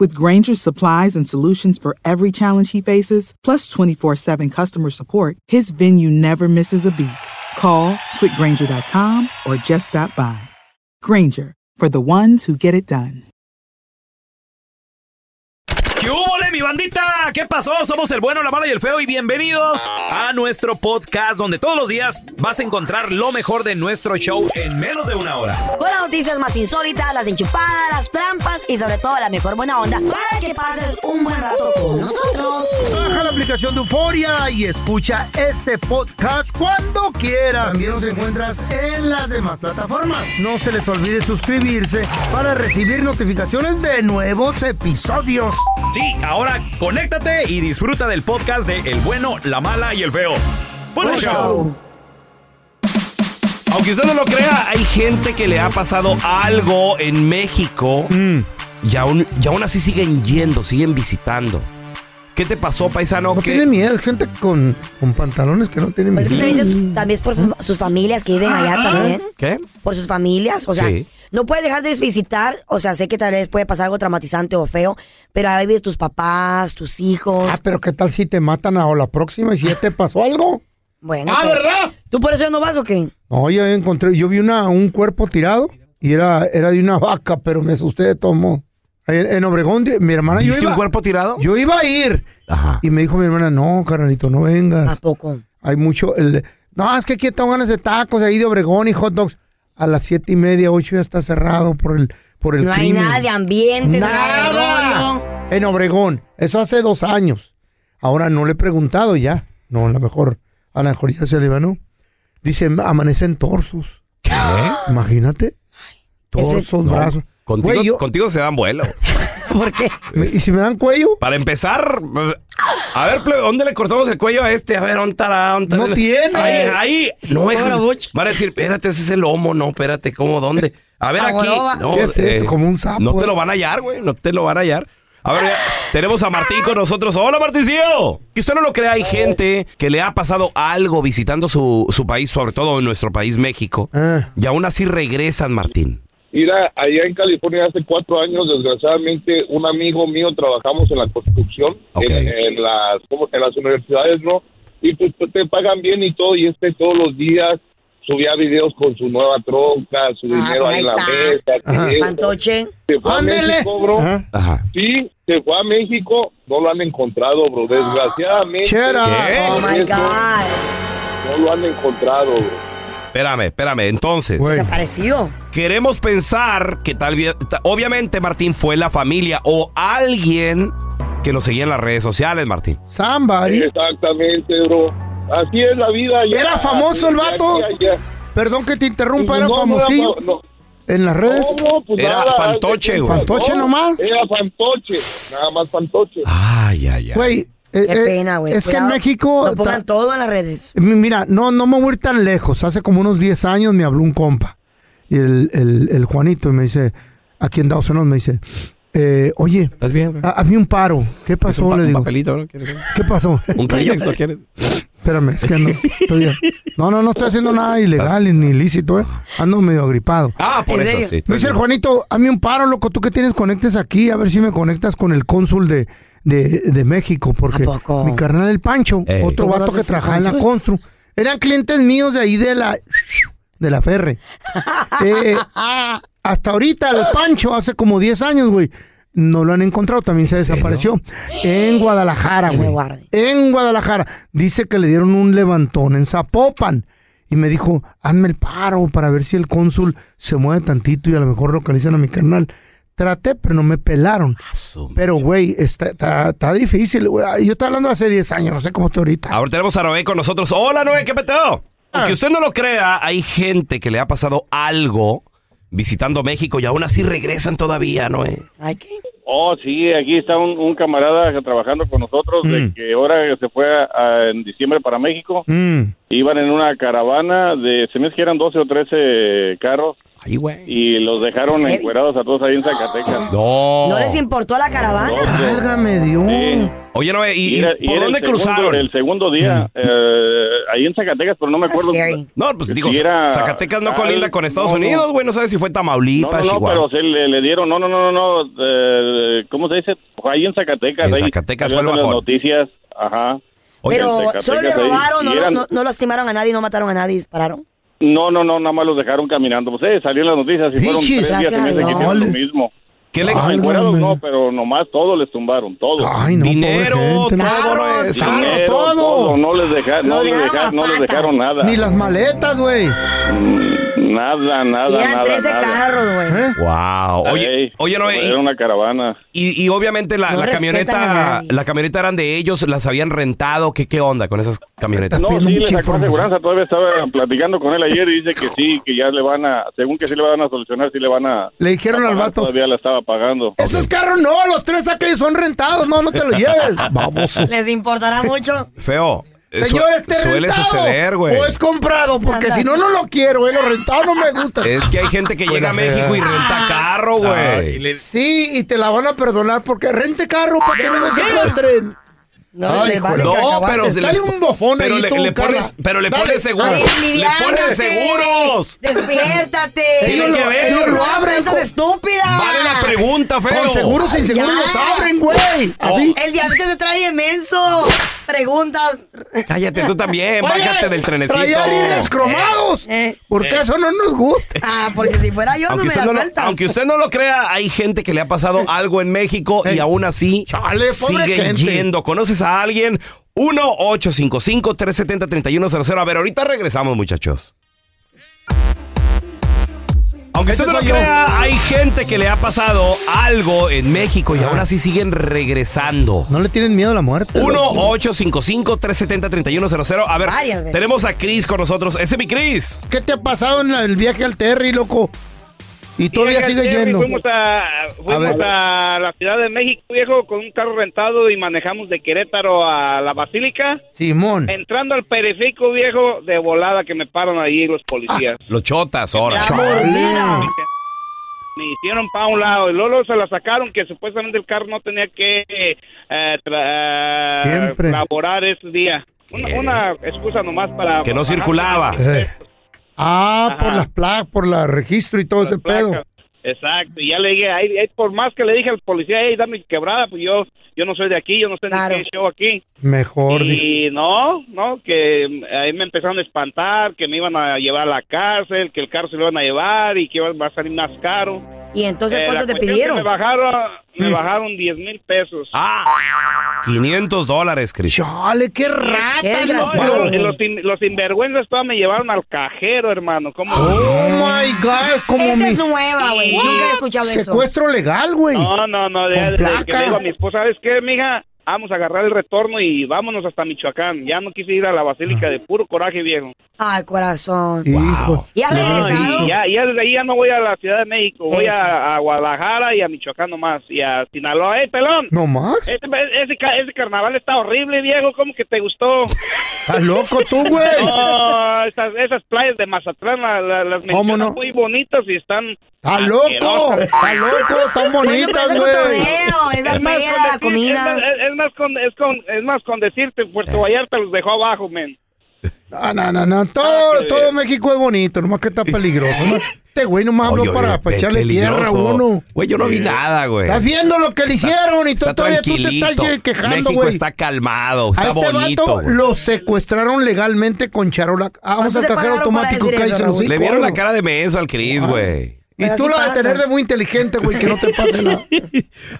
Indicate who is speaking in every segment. Speaker 1: With Granger's supplies and solutions for every challenge he faces, plus 24 7 customer support, his venue never misses a beat. Call quickgranger.com or just stop by. Granger, for the ones who get it done.
Speaker 2: ¿Qué húbole, mi bandita? ¿Qué pasó? Somos el bueno, la mala y el feo y bienvenidos a nuestro podcast donde todos los días vas a encontrar lo mejor de nuestro show en menos de una hora.
Speaker 3: Con las noticias más insólitas, las enchupadas, las trampas y sobre todo la mejor buena onda para que pases un buen rato con nosotros.
Speaker 4: Baja la aplicación de Euforia y escucha este podcast cuando quieras. También nos encuentras en las demás plataformas. No se les olvide suscribirse para recibir notificaciones de nuevos episodios.
Speaker 2: Sí, ahora conéctate y disfruta del podcast de El bueno, la mala y el feo. Buen
Speaker 3: Buen
Speaker 2: show. Aunque usted no lo crea, hay gente que le ha pasado
Speaker 5: algo en México
Speaker 2: Mm.
Speaker 5: y, aún, y aún así siguen yendo, siguen visitando. ¿Qué te pasó, paisano?
Speaker 4: No
Speaker 5: ¿Qué-
Speaker 4: tienen miedo, es gente con, con pantalones que no tienen
Speaker 3: Pues que
Speaker 4: miedo.
Speaker 3: también, es- también es por sus, sus familias que viven allá también.
Speaker 5: ¿Qué?
Speaker 3: Por sus familias, o sea,
Speaker 5: Sí.
Speaker 3: no puedes dejar de visitar. O sea, sé que tal vez puede pasar algo traumatizante o feo, pero ahí vives tus papás, tus hijos.
Speaker 4: Ah, pero ¿qué tal si te matan a o la próxima y si ya te pasó algo?
Speaker 3: Bueno.
Speaker 4: Ah,
Speaker 3: pero- ¿Tú por eso ya no vas o qué?
Speaker 4: No, yo encontré, yo vi una, un cuerpo tirado y era, era de una vaca, pero me asusté de tomó. En, en Obregón, di- mi hermana yo
Speaker 5: ¿Viste
Speaker 4: iba,
Speaker 5: un cuerpo tirado?
Speaker 4: yo iba a ir
Speaker 5: Ajá.
Speaker 4: y me dijo mi hermana, no, carnalito, no
Speaker 3: ¿A
Speaker 4: vengas.
Speaker 3: poco?
Speaker 4: Hay mucho, el- no, es que aquí tengo ganas de tacos ahí de Obregón y hot dogs. A las siete y media, ocho ya está cerrado por el, por el
Speaker 3: No hay
Speaker 4: crimen.
Speaker 3: nada de ambiente, nada, de
Speaker 4: Nada.
Speaker 3: rollo.
Speaker 4: En Obregón, eso hace dos años. Ahora no le he preguntado ya. No, a lo mejor, a lo mejor ya se le va, ¿no? Dice, amanecen torsos.
Speaker 5: ¿Qué?
Speaker 4: Imagínate.
Speaker 3: Ese-
Speaker 4: Torsos,
Speaker 5: No,
Speaker 4: brazos.
Speaker 5: Contigo,
Speaker 4: Güey, yo-
Speaker 5: contigo se dan vuelo.
Speaker 3: ¿Por qué?
Speaker 4: me- ¿Y si me dan cuello?
Speaker 5: Para empezar, a ver, plebe, ¿dónde le cortamos el cuello a este? A ver, ¿dónde está? ¿Dónde está?
Speaker 4: No tiene.
Speaker 5: Ahí, ahí. No, es.
Speaker 3: Ahora, Buch.
Speaker 5: Van a decir, espérate, ese es el lomo. No, espérate, ¿cómo? ¿Dónde? A ver, aquí.
Speaker 3: Ahora va.
Speaker 5: No,
Speaker 4: ¿Qué es esto? Como un sapo,
Speaker 5: No
Speaker 4: eh.
Speaker 5: te lo van a hallar, güey. No te lo van a hallar. A ver, ya, tenemos a Martín con nosotros. ¡Hola, Martincillo! Que usted no lo crea, hay gente que le ha pasado algo visitando su, su país, sobre todo en nuestro país, México.
Speaker 4: Ah.
Speaker 5: Y aún así regresan, Martín.
Speaker 6: Mira, allá en California hace cuatro años, desgraciadamente, un amigo mío trabajamos en la construcción,
Speaker 5: Ok.
Speaker 6: en, en las, ¿cómo? en las universidades, ¿no? Y pues te- te pagan bien y todo, y este todos los días subía videos con su nueva troca, su
Speaker 3: Ah,
Speaker 6: dinero
Speaker 3: pues
Speaker 6: ahí en
Speaker 3: ahí
Speaker 6: la
Speaker 3: está.
Speaker 6: mesa. que
Speaker 4: Ajá.
Speaker 6: eso.
Speaker 3: Pantoche.
Speaker 6: Se fue a
Speaker 4: Ándele.
Speaker 6: México, bro.
Speaker 4: Ajá.
Speaker 5: Ajá.
Speaker 6: Sí, se fue a México, no lo han encontrado, bro. Desgraciadamente,
Speaker 4: Shut up.
Speaker 5: ¿Qué?
Speaker 3: Oh my God.
Speaker 6: no lo han encontrado, bro.
Speaker 5: Espérame, espérame. Entonces,
Speaker 4: Güey.
Speaker 3: Desaparecido.
Speaker 5: queremos pensar que tal vez, ta- obviamente Martín fue la familia o alguien que lo seguía en las redes sociales, Martín.
Speaker 4: Somebody.
Speaker 6: Exactamente, bro. Así es la vida. ya.
Speaker 4: ¿Era famoso el
Speaker 6: Ya,
Speaker 4: vato?
Speaker 6: ya, ya.
Speaker 4: Perdón que te interrumpa, era
Speaker 6: No, no
Speaker 4: famosillo.
Speaker 6: fa- no.
Speaker 4: En las redes.
Speaker 6: No, no, pues
Speaker 5: Era
Speaker 6: nada,
Speaker 5: fantoche,
Speaker 6: era
Speaker 5: güey.
Speaker 4: ¿Fantoche nomás?
Speaker 6: Era fantoche, nada más fantoche.
Speaker 5: Ay, ay, ay.
Speaker 4: Güey. eh,
Speaker 3: Qué
Speaker 4: eh,
Speaker 3: pena, güey.
Speaker 4: Es que en
Speaker 3: Cuidado,
Speaker 4: México.
Speaker 3: No pongan
Speaker 4: ta-
Speaker 3: todo en las redes.
Speaker 4: Mi- Mira, no, no me voy a ir tan lejos. Hace como unos 10 años me habló un compa. Y el, el- el Juanito y me dice, aquí en Dawson me dice, eh, oye,
Speaker 5: ¿Estás bien?
Speaker 4: ha- hazme un paro. ¿Qué pasó? Le digo,
Speaker 5: papelito, ¿no?
Speaker 4: ¿qué pasó?
Speaker 5: ¿Un Kleenex no quieres?
Speaker 4: Espérame, es que no, estoy bien. No, no, no estoy haciendo nada ilegal ni ilícito, eh. Ando medio agripado.
Speaker 5: Ah, por
Speaker 3: ¿En
Speaker 5: eso
Speaker 3: serio?
Speaker 5: sí.
Speaker 4: Me dice el Juanito, hazme un paro, loco, tú que tienes conectes aquí, a ver si me conectas con el cónsul de, de, de México, porque
Speaker 3: ¿A poco?
Speaker 4: mi carnal el Pancho,
Speaker 5: Ey.
Speaker 4: otro
Speaker 3: ¿Tú
Speaker 4: vato
Speaker 3: conoces
Speaker 4: que
Speaker 3: al
Speaker 4: trabajaba en la
Speaker 3: cónsul?
Speaker 4: Constru, eran clientes míos de ahí de la de la Ferre. Eh, hasta ahorita el Pancho, hace como 10 años, güey, no lo han encontrado, también se desapareció. En Guadalajara, güey. En Guadalajara. Dice que le dieron un levantón en Zapopan. Y me dijo, hazme el paro para ver si el cónsul se mueve tantito y a lo mejor localizan a mi carnal. Traté, pero no me pelaron. Pero, güey, está, está, está difícil. güey. Yo estaba hablando hace 10 años, no sé cómo estoy ahorita.
Speaker 5: Ahora tenemos a Noé con nosotros. Hola, Noé, ¿qué
Speaker 4: Ah.
Speaker 5: peteo? Aunque usted no lo crea, hay gente que le ha pasado algo visitando México y aún así regresan todavía, Noé.
Speaker 6: Oh, sí, aquí está un, un camarada trabajando con nosotros de
Speaker 5: Mm.
Speaker 6: que ahora se fue a- a- en diciembre para México.
Speaker 4: Mm.
Speaker 6: Iban en una caravana de, se me hace que eran 12 o 13 carros. Y los dejaron encuerados a todos ahí en Zacatecas.
Speaker 5: No.
Speaker 3: ¿No les importó la caravana?
Speaker 4: Válgame Dios.
Speaker 5: Oye, Noé, ¿y,
Speaker 6: era-
Speaker 5: por
Speaker 6: era el
Speaker 5: dónde
Speaker 6: segundo-
Speaker 5: cruzaron? Mm.
Speaker 6: el segundo día, eh, ahí en Zacatecas, pero no me acuerdo.
Speaker 5: No, pues
Speaker 6: si
Speaker 5: digo,
Speaker 6: era-
Speaker 5: Zacatecas no
Speaker 6: ah,
Speaker 5: colinda con Estados
Speaker 6: no, no.
Speaker 5: Unidos, güey. No sabes si fue
Speaker 6: No,
Speaker 5: Tamaulipas,
Speaker 6: no, no,
Speaker 5: Chihuahua.
Speaker 6: pero se le, le dieron, no, no, no, no, no, eh, ¿cómo se dice? Ahí en Zacatecas.
Speaker 5: En
Speaker 6: ahí
Speaker 5: Zacatecas
Speaker 6: salieron
Speaker 5: fue el
Speaker 6: las
Speaker 5: bajón.
Speaker 6: noticias, ajá. En
Speaker 3: Pero
Speaker 6: Zacatecas
Speaker 3: solo le
Speaker 6: ahí,
Speaker 3: robaron,
Speaker 6: y
Speaker 3: no, lo-
Speaker 6: eran-
Speaker 3: no, no lastimaron a nadie, no mataron a nadie, dispararon.
Speaker 6: No, no, no, nada más los dejaron caminando. Pues eh, salieron las noticias y fueron
Speaker 3: Pichis.
Speaker 6: tres días
Speaker 3: Gracias
Speaker 6: en
Speaker 3: a
Speaker 6: ese que
Speaker 3: Dios.
Speaker 6: hicieron lo mismo.
Speaker 5: ¿Qué
Speaker 6: le
Speaker 3: Válgame.
Speaker 6: No, pero nomás todo les tumbaron, todo.
Speaker 5: Dinero, todo,
Speaker 4: Carros,
Speaker 5: Noé,
Speaker 4: carros,
Speaker 5: dinero,
Speaker 4: todo.
Speaker 6: No les dejaron, no
Speaker 4: No
Speaker 6: les
Speaker 4: dejaron
Speaker 6: dejaron, no
Speaker 4: la
Speaker 6: les
Speaker 4: pata.
Speaker 6: dejaron nada.
Speaker 4: Ni las maletas, güey.
Speaker 6: Nada, nada,
Speaker 3: Y eran
Speaker 6: nada.
Speaker 3: 13
Speaker 6: nada.
Speaker 3: carros, güey.
Speaker 5: ¿Eh? Wow. Oye,
Speaker 6: Ey,
Speaker 5: oye, Noé, y-
Speaker 6: Era una caravana.
Speaker 5: Y, y obviamente la,
Speaker 6: No
Speaker 5: la
Speaker 6: respetan a
Speaker 5: camioneta
Speaker 6: nadie.
Speaker 5: la camioneta eran de ellos, las habían rentado. ¿Qué, qué onda con esas camionetas?
Speaker 6: No, sí, le sacó aseguranza. Todavía estaba platicando con él ayer y dice que sí, que ya le van a, según que sí le van a solucionar, sí le van a.
Speaker 4: Le dijeron
Speaker 6: a
Speaker 4: al
Speaker 6: pagar,
Speaker 4: vato.
Speaker 6: Todavía la estaba pagando.
Speaker 4: Esos carros no, los tres aquellos son rentados. No, no te los lleves. Baboso.
Speaker 3: ¿Les importará mucho?
Speaker 5: Feo. eh, su-
Speaker 4: Señor, este
Speaker 5: suele
Speaker 4: rentado Pues,
Speaker 5: suceder, güey.
Speaker 4: O es comprado, porque si no, no lo quiero, güey. Lo rentado no me gusta.
Speaker 5: Es que hay gente que llega a México y renta carro,
Speaker 4: Ah,
Speaker 5: güey.
Speaker 4: Sí, y te la van a perdonar porque rente carro para que no nos secuestren.
Speaker 5: No,
Speaker 4: Ay,
Speaker 5: le
Speaker 4: hijo de
Speaker 5: vale
Speaker 4: cacahuate.
Speaker 5: No, pero se
Speaker 4: Dale
Speaker 5: les-
Speaker 4: un bofón
Speaker 5: pero
Speaker 4: ahí
Speaker 5: le-
Speaker 4: tú,
Speaker 5: le
Speaker 4: Carla.
Speaker 5: pones- pero le
Speaker 4: Dale.
Speaker 5: pones seguro. Ay, Le ponen seguros.
Speaker 3: ¡Despiértate!
Speaker 5: Tienen que ver.
Speaker 3: ¡No estúpidas! estúpida!
Speaker 5: Vale la pregunta, feo. Oh.
Speaker 4: Con seguro, sin seguro, los abren, güey. Así.
Speaker 3: El diabetes te trae inmenso. Preguntas.
Speaker 5: Cállate tú también, Eh,
Speaker 3: Oye,
Speaker 5: bájate del trenecito.
Speaker 4: traía rines cromados. Porque
Speaker 5: Eh.
Speaker 4: eso no nos gusta.
Speaker 3: Ah, porque si fuera yo
Speaker 5: Aunque
Speaker 3: no me
Speaker 5: usted
Speaker 3: la
Speaker 5: no, lo,
Speaker 3: sueltas.
Speaker 5: aunque usted no lo crea, hay gente que le ha pasado algo en México y aún así
Speaker 4: Chale, pobre
Speaker 5: siguen
Speaker 4: gente.
Speaker 5: yendo. ¿Conoces a alguien? 1-855-370-3100. A ver, ahorita regresamos, muchachos. Aunque usted no lo
Speaker 4: soy yo.
Speaker 5: crea, hay gente que le ha pasado algo en México y aún así siguen regresando.
Speaker 4: Ah. No le tienen miedo a la muerte.
Speaker 5: 1-855-370-3100. A ver,
Speaker 4: Varias veces.
Speaker 5: tenemos a Cris con nosotros. Ese es mi Cris.
Speaker 4: ¿Qué te ha pasado en la- el viaje al Terry, loco? Y todavía
Speaker 7: Oigan,
Speaker 4: sigue
Speaker 7: Jerry,
Speaker 4: yendo.
Speaker 7: Fuimos, a, fuimos
Speaker 4: ver.
Speaker 7: a la Ciudad de México, viejo, con un carro rentado y manejamos de Querétaro a la Basílica.
Speaker 4: Simón.
Speaker 7: Entrando al periférico, viejo, de volada que me paran ahí los policías.
Speaker 4: Ah.
Speaker 5: Los chotas, ahora.
Speaker 7: Me hicieron para un lado y luego luego se la sacaron que supuestamente el carro no tenía que eh, tra-
Speaker 5: Siempre.
Speaker 7: laborar ese día. Una, una excusa nomás para...
Speaker 5: Que no
Speaker 7: para-
Speaker 5: circulaba.
Speaker 4: Eh. Ah, por las placas, por la registro y todo ese pedo.
Speaker 7: Exacto, y ya le dije, ay, ay, por más que le dije al policía, hey, dame quebrada, pues yo, yo no soy de aquí, yo no sé ni qué show aquí.
Speaker 4: Mejor. di-
Speaker 7: Y no, no, que mm, ahí me empezaron a espantar, que me iban a llevar a la cárcel, que el carro se lo iban a llevar y que iba va a salir más caro.
Speaker 3: ¿Y entonces
Speaker 7: Eh,
Speaker 3: cuánto
Speaker 7: la
Speaker 3: te
Speaker 7: cuestión
Speaker 3: pidieron?
Speaker 7: que Me bajaron, me bajaron 10 mil pesos.
Speaker 5: Ah, 500 dólares, Cris.
Speaker 4: Chale, qué rata.
Speaker 7: Qué
Speaker 4: desgraciado.
Speaker 7: los, los sin- los sinvergüenzas todos me llevaron al cajero, hermano. ¿Cómo?
Speaker 4: Oh my God, como
Speaker 7: Esa
Speaker 4: mi-
Speaker 7: es nueva, güey. Nunca he escuchado eso.
Speaker 4: Secuestro legal, güey.
Speaker 7: No, no, no, ya
Speaker 4: Con
Speaker 7: desde que
Speaker 4: placa.
Speaker 7: le digo a mi esposa, ¿sabes qué, mija? Vamos a agarrar el retorno y vámonos hasta Michoacán. Ya no quise ir a la basílica de puro coraje, viejo.
Speaker 3: Ay, Ah, corazón. ¿Y has
Speaker 7: No,
Speaker 3: regresado?
Speaker 7: y ya, ya desde ahí ya no voy a la Ciudad de México, voy
Speaker 3: Eso.
Speaker 7: a, a Guadalajara y a Michoacán nomás, y a Sinaloa. ¡Eh, pelón!
Speaker 4: ¿No más?
Speaker 7: Ese, ese ca- ese carnaval está horrible, viejo, ¿cómo que te gustó?
Speaker 4: Estás loco tú, güey.
Speaker 7: No, esas, esas playas de Mazatlán la- la- las
Speaker 4: ¿Cómo
Speaker 7: mencionan
Speaker 4: no?
Speaker 7: muy bonitas y están...
Speaker 4: Está loco,
Speaker 7: asquerosas.
Speaker 4: está loco, tan bonitas, güey.
Speaker 7: Es más, con decir-
Speaker 4: comida.
Speaker 7: Es, más- es más con, es, con, es más con decirte,
Speaker 4: Eh.
Speaker 7: Puerto Vallarta los dejó abajo, men.
Speaker 4: No, Ah, no, no, no,
Speaker 5: Ah,
Speaker 4: todo, todo México es bonito, nomás que está peligroso. ¿no? Este güey nomás habló
Speaker 5: Oye, oye,
Speaker 4: para, para
Speaker 5: pe-
Speaker 4: echarle tierra a
Speaker 5: peligroso.
Speaker 4: uno.
Speaker 5: Güey, yo no vi nada, güey.
Speaker 4: Estás viendo lo que le
Speaker 5: Está-
Speaker 4: hicieron y tú
Speaker 5: está
Speaker 4: todavía tú te estás
Speaker 5: tranquilito.
Speaker 4: ye- quejando,
Speaker 5: México
Speaker 4: güey.
Speaker 5: está calmado, está
Speaker 4: a este
Speaker 5: bonito.
Speaker 4: vato
Speaker 5: güey.
Speaker 4: lo secuestraron legalmente con charola. Ah, vamos al cajero automático, cállese el hocico,
Speaker 5: Le vieron la
Speaker 4: algo.
Speaker 5: cara de menso al Cris, güey.
Speaker 4: Y tú lo vas a tener de muy inteligente, güey, que no te pase nada.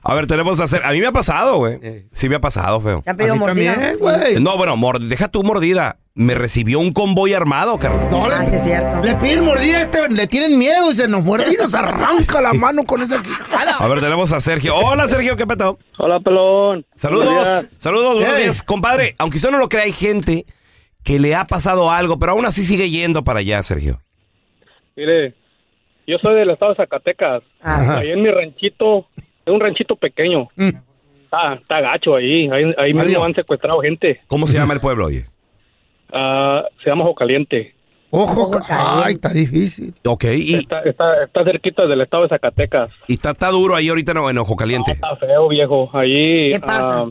Speaker 5: A ver, tenemos que hacer. A mí me ha pasado, güey. Sí me ha pasado, feo.
Speaker 4: ¿Te han pedido mordida? también, güey.
Speaker 5: No, bueno, mor- deja tu mordida. Me recibió un convoy armado, carnal.
Speaker 4: No,
Speaker 3: Ah,
Speaker 4: le, le piden mordida a este, le tienen miedo y se nos muerde y nos arranca la mano con esa quijada.
Speaker 5: A ver, tenemos a Sergio. Hola, Sergio, ¿qué peto?
Speaker 8: Hola, pelón.
Speaker 5: Saludos,
Speaker 8: Buenos días.
Speaker 5: saludos, buenos
Speaker 8: Hey.
Speaker 5: días. Compadre, aunque usted no lo crea, hay gente que le ha pasado algo, pero aún así sigue yendo para allá, Sergio.
Speaker 8: Mire, yo soy del estado de Zacatecas.
Speaker 3: Ah.
Speaker 8: Ahí en mi ranchito, es un ranchito pequeño.
Speaker 4: Mm.
Speaker 8: Está, está gacho ahí. Ahí, ahí mismo han secuestrado gente.
Speaker 5: ¿Cómo se llama el pueblo, oye?
Speaker 8: Ah, se llama Jocaliente.
Speaker 4: Ojo, ca- ay, está difícil.
Speaker 5: Ok, y,
Speaker 8: Está, está, está cerquita del estado de Zacatecas.
Speaker 5: y está, está duro ahí ahorita en, en Ojo Caliente.
Speaker 8: Está feo, viejo. Ahí
Speaker 3: ¿Qué pasa?
Speaker 8: ah,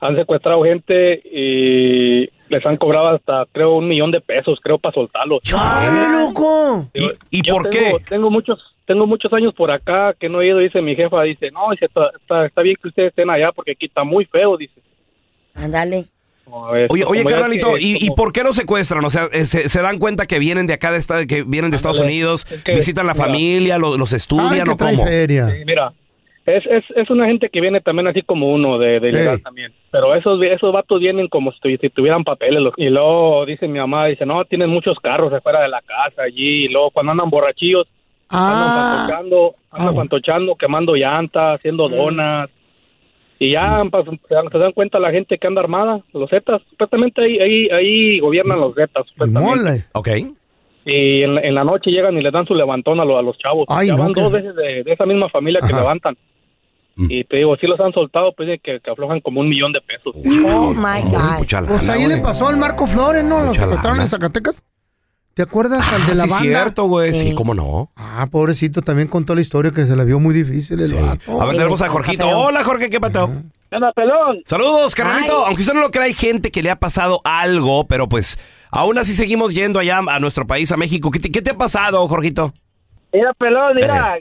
Speaker 8: han secuestrado gente y les han cobrado hasta, creo, un millón de pesos, creo, para soltarlos.
Speaker 4: ¡Ay, loco!
Speaker 8: Digo,
Speaker 5: ¿Y
Speaker 8: yo
Speaker 5: por
Speaker 8: tengo-
Speaker 5: qué?
Speaker 8: Tengo muchos, tengo muchos años por acá que no he ido, dice mi jefa, dice, no, dice, está, está, está bien que ustedes estén allá porque aquí está muy feo, dice.
Speaker 3: Ándale.
Speaker 8: A ver,
Speaker 5: Oye,
Speaker 8: como
Speaker 5: oye,
Speaker 8: ya
Speaker 5: carnalito,
Speaker 8: que-
Speaker 5: ¿y, y
Speaker 8: como-
Speaker 5: por qué lo secuestran? O sea, eh, se, se dan cuenta que vienen de acá, de esta- que vienen de Estados
Speaker 8: Ándale.
Speaker 5: Unidos,
Speaker 8: Es que,
Speaker 5: visitan la
Speaker 8: mira.
Speaker 5: familia, lo- los
Speaker 4: Ay,
Speaker 5: estudian
Speaker 4: que
Speaker 5: o
Speaker 4: trae
Speaker 5: cómo.
Speaker 4: feria.
Speaker 8: Sí, mira, es, es, es una gente que viene también así como uno de, de ilegal
Speaker 4: Ey.
Speaker 8: también. Pero esos, esos vatos vienen como si, tu- si tuvieran papeles. los- Y luego dice mi mamá, dice, no, tienen muchos carros afuera de la casa allí. Y luego cuando andan borrachillos, andan
Speaker 4: Ah,
Speaker 8: fantochando, andan
Speaker 4: Ah.
Speaker 8: fantochando, quemando llantas, haciendo donas. Y ya
Speaker 4: Mm.
Speaker 8: han pas- se dan- se dan cuenta la gente que anda armada, los Zetas. Supuestamente ahí, ahí, ahí gobiernan los Zetas.
Speaker 4: el
Speaker 8: supuestamente.
Speaker 4: Mm. mole.
Speaker 5: Ok.
Speaker 8: Y en la, en la noche llegan y les dan su levantón a, lo- a los chavos.
Speaker 4: Ay,
Speaker 8: ya
Speaker 4: no,
Speaker 8: van
Speaker 4: que-
Speaker 8: dos veces de, de esa misma familia que
Speaker 4: Ajá.
Speaker 8: levantan.
Speaker 5: Mm.
Speaker 8: Y te digo, si los han soltado, pues de que, que aflojan como un millón de pesos.
Speaker 3: Oh, my God.
Speaker 5: Mucha lana,
Speaker 4: Pues ahí
Speaker 5: güey.
Speaker 4: le pasó al Marco Flores, ¿no? Lo
Speaker 5: Mucha
Speaker 4: secuestraron
Speaker 5: lana.
Speaker 4: en Zacatecas. ¿Te acuerdas
Speaker 5: Ah,
Speaker 4: al de la
Speaker 5: sí,
Speaker 4: banda?
Speaker 5: cierto, güey. Sí.
Speaker 3: Sí.
Speaker 5: cómo no.
Speaker 4: Ah, pobrecito, también contó la historia que se la vio muy difícil el
Speaker 5: Sí.
Speaker 4: vato.
Speaker 5: A ver,
Speaker 3: Sí,
Speaker 5: tenemos a
Speaker 3: está
Speaker 5: Jorgito.
Speaker 3: feo.
Speaker 5: Hola, Jorge, ¿qué pasó?
Speaker 8: ¡Anda, pelón!
Speaker 5: Saludos, carnalito. Aunque usted no lo crea, hay gente que le ha pasado algo, pero pues aún así seguimos yendo allá a nuestro país, a México. ¿Qué te, qué te ha pasado, Jorgito?
Speaker 8: Mira, pelón, mira,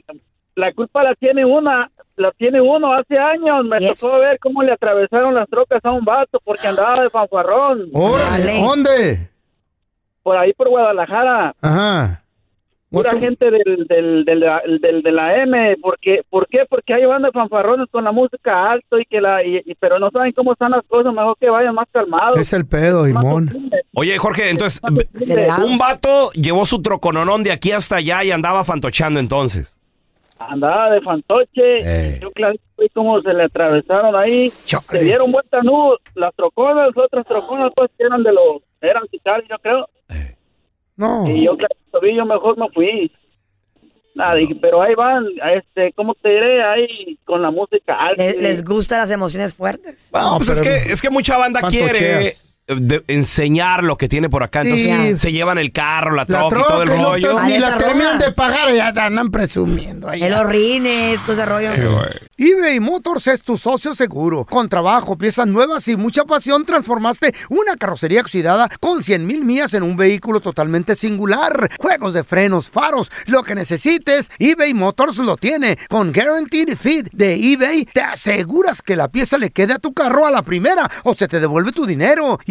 Speaker 8: la culpa la tiene una, la tiene uno. Hace años me
Speaker 3: ¿Y eso?
Speaker 8: tocó ver cómo le atravesaron las trocas a un vato porque andaba de fanfarrón
Speaker 4: Órale,
Speaker 3: Dale.
Speaker 4: ¿dónde?
Speaker 8: por ahí por Guadalajara.
Speaker 4: Ajá.
Speaker 8: pura
Speaker 4: What's up?
Speaker 8: gente del, del, del, del- del- de la M, porque, ¿por qué? Porque hay bandas fanfarrones con la música alto y que la, y, y- pero no saben cómo están las cosas, mejor que vayan más calmados.
Speaker 4: Es el pedo,
Speaker 8: más
Speaker 4: Simón.
Speaker 8: humildes,
Speaker 5: Oye, Jorge, entonces,
Speaker 8: más humildes.
Speaker 3: Acelerado.
Speaker 5: un vato llevó su trocononón de aquí hasta allá y andaba fantochando entonces.
Speaker 8: Andaba de fantoche,
Speaker 5: Eh.
Speaker 8: yo claro vi cómo se le atravesaron ahí, se dieron vuelta nudos, las troconas, las otras troconas pues que eran de los, eran sicarios yo creo,
Speaker 4: No.
Speaker 8: y yo claro lo vi, yo mejor me fui. Nada, dije, pero ahí van, este, ¿cómo te diré? Ahí con la música alta.
Speaker 3: Le- les gustan las emociones fuertes.
Speaker 5: Bueno,
Speaker 4: No,
Speaker 5: pues es
Speaker 4: pero-
Speaker 5: que, es que mucha banda quiere eh,
Speaker 4: Fantocheas.
Speaker 5: de- enseñar lo que tiene por acá. Entonces
Speaker 4: Sí.
Speaker 5: se llevan el carro, la,
Speaker 4: La
Speaker 5: troca y todo el
Speaker 4: troca, y no
Speaker 5: rollo.
Speaker 4: te- ni la
Speaker 3: Aleta
Speaker 4: terminan
Speaker 3: roja.
Speaker 4: de pagar, ya andan presumiendo. ahí.
Speaker 3: En los rines, todo ese rollo.
Speaker 4: eBay Motors es tu socio seguro. Con trabajo, piezas nuevas y mucha pasión, transformaste una carrocería oxidada con 100.000 mil millas en un vehículo totalmente singular. Juegos de frenos, faros, lo que necesites, eBay Motors lo tiene. Con Guaranteed Fit de eBay, te aseguras que la pieza le quede a tu carro a la primera o se te devuelve tu dinero.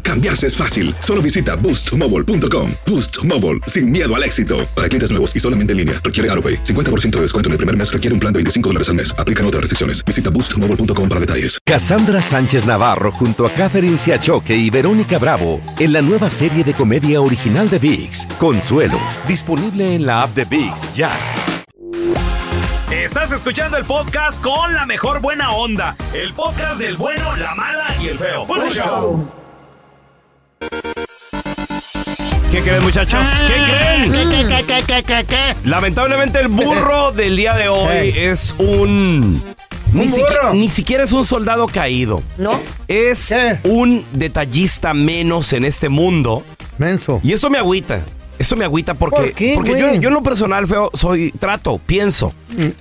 Speaker 9: cambiarse es fácil. Solo visita boostmobile.com. Boost Mobile, sin miedo al éxito. Para clientes nuevos y solamente en línea, requiere AroPay. 50% de descuento en el primer mes requiere un plan de 25 dólares al mes. Aplican otras restricciones. Visita boostmobile.com para detalles.
Speaker 10: Cassandra Sánchez Navarro junto a Catherine Siachoque y Verónica Bravo en la nueva serie de comedia original de VIX, Consuelo, disponible en la app de VIX ya.
Speaker 2: Estás escuchando el podcast con la mejor buena onda. El podcast del bueno, la mala y el feo. Bueno, show.
Speaker 5: ¿Qué creen, muchachos? Ah. ¿Qué creen? Lamentablemente, el burro del día de hoy es un. Ni,
Speaker 4: ¿Un
Speaker 5: siquiera-
Speaker 4: burro?
Speaker 5: ni siquiera es un soldado caído.
Speaker 3: ¿No?
Speaker 5: Es
Speaker 4: ¿Qué?
Speaker 5: un detallista menos en este mundo.
Speaker 4: Menso.
Speaker 5: Y esto me agüita. Esto me agüita porque,
Speaker 4: ¿Por qué,
Speaker 5: porque
Speaker 4: güey? Mm,
Speaker 5: yo, yo en lo personal, feo, soy trato, pienso,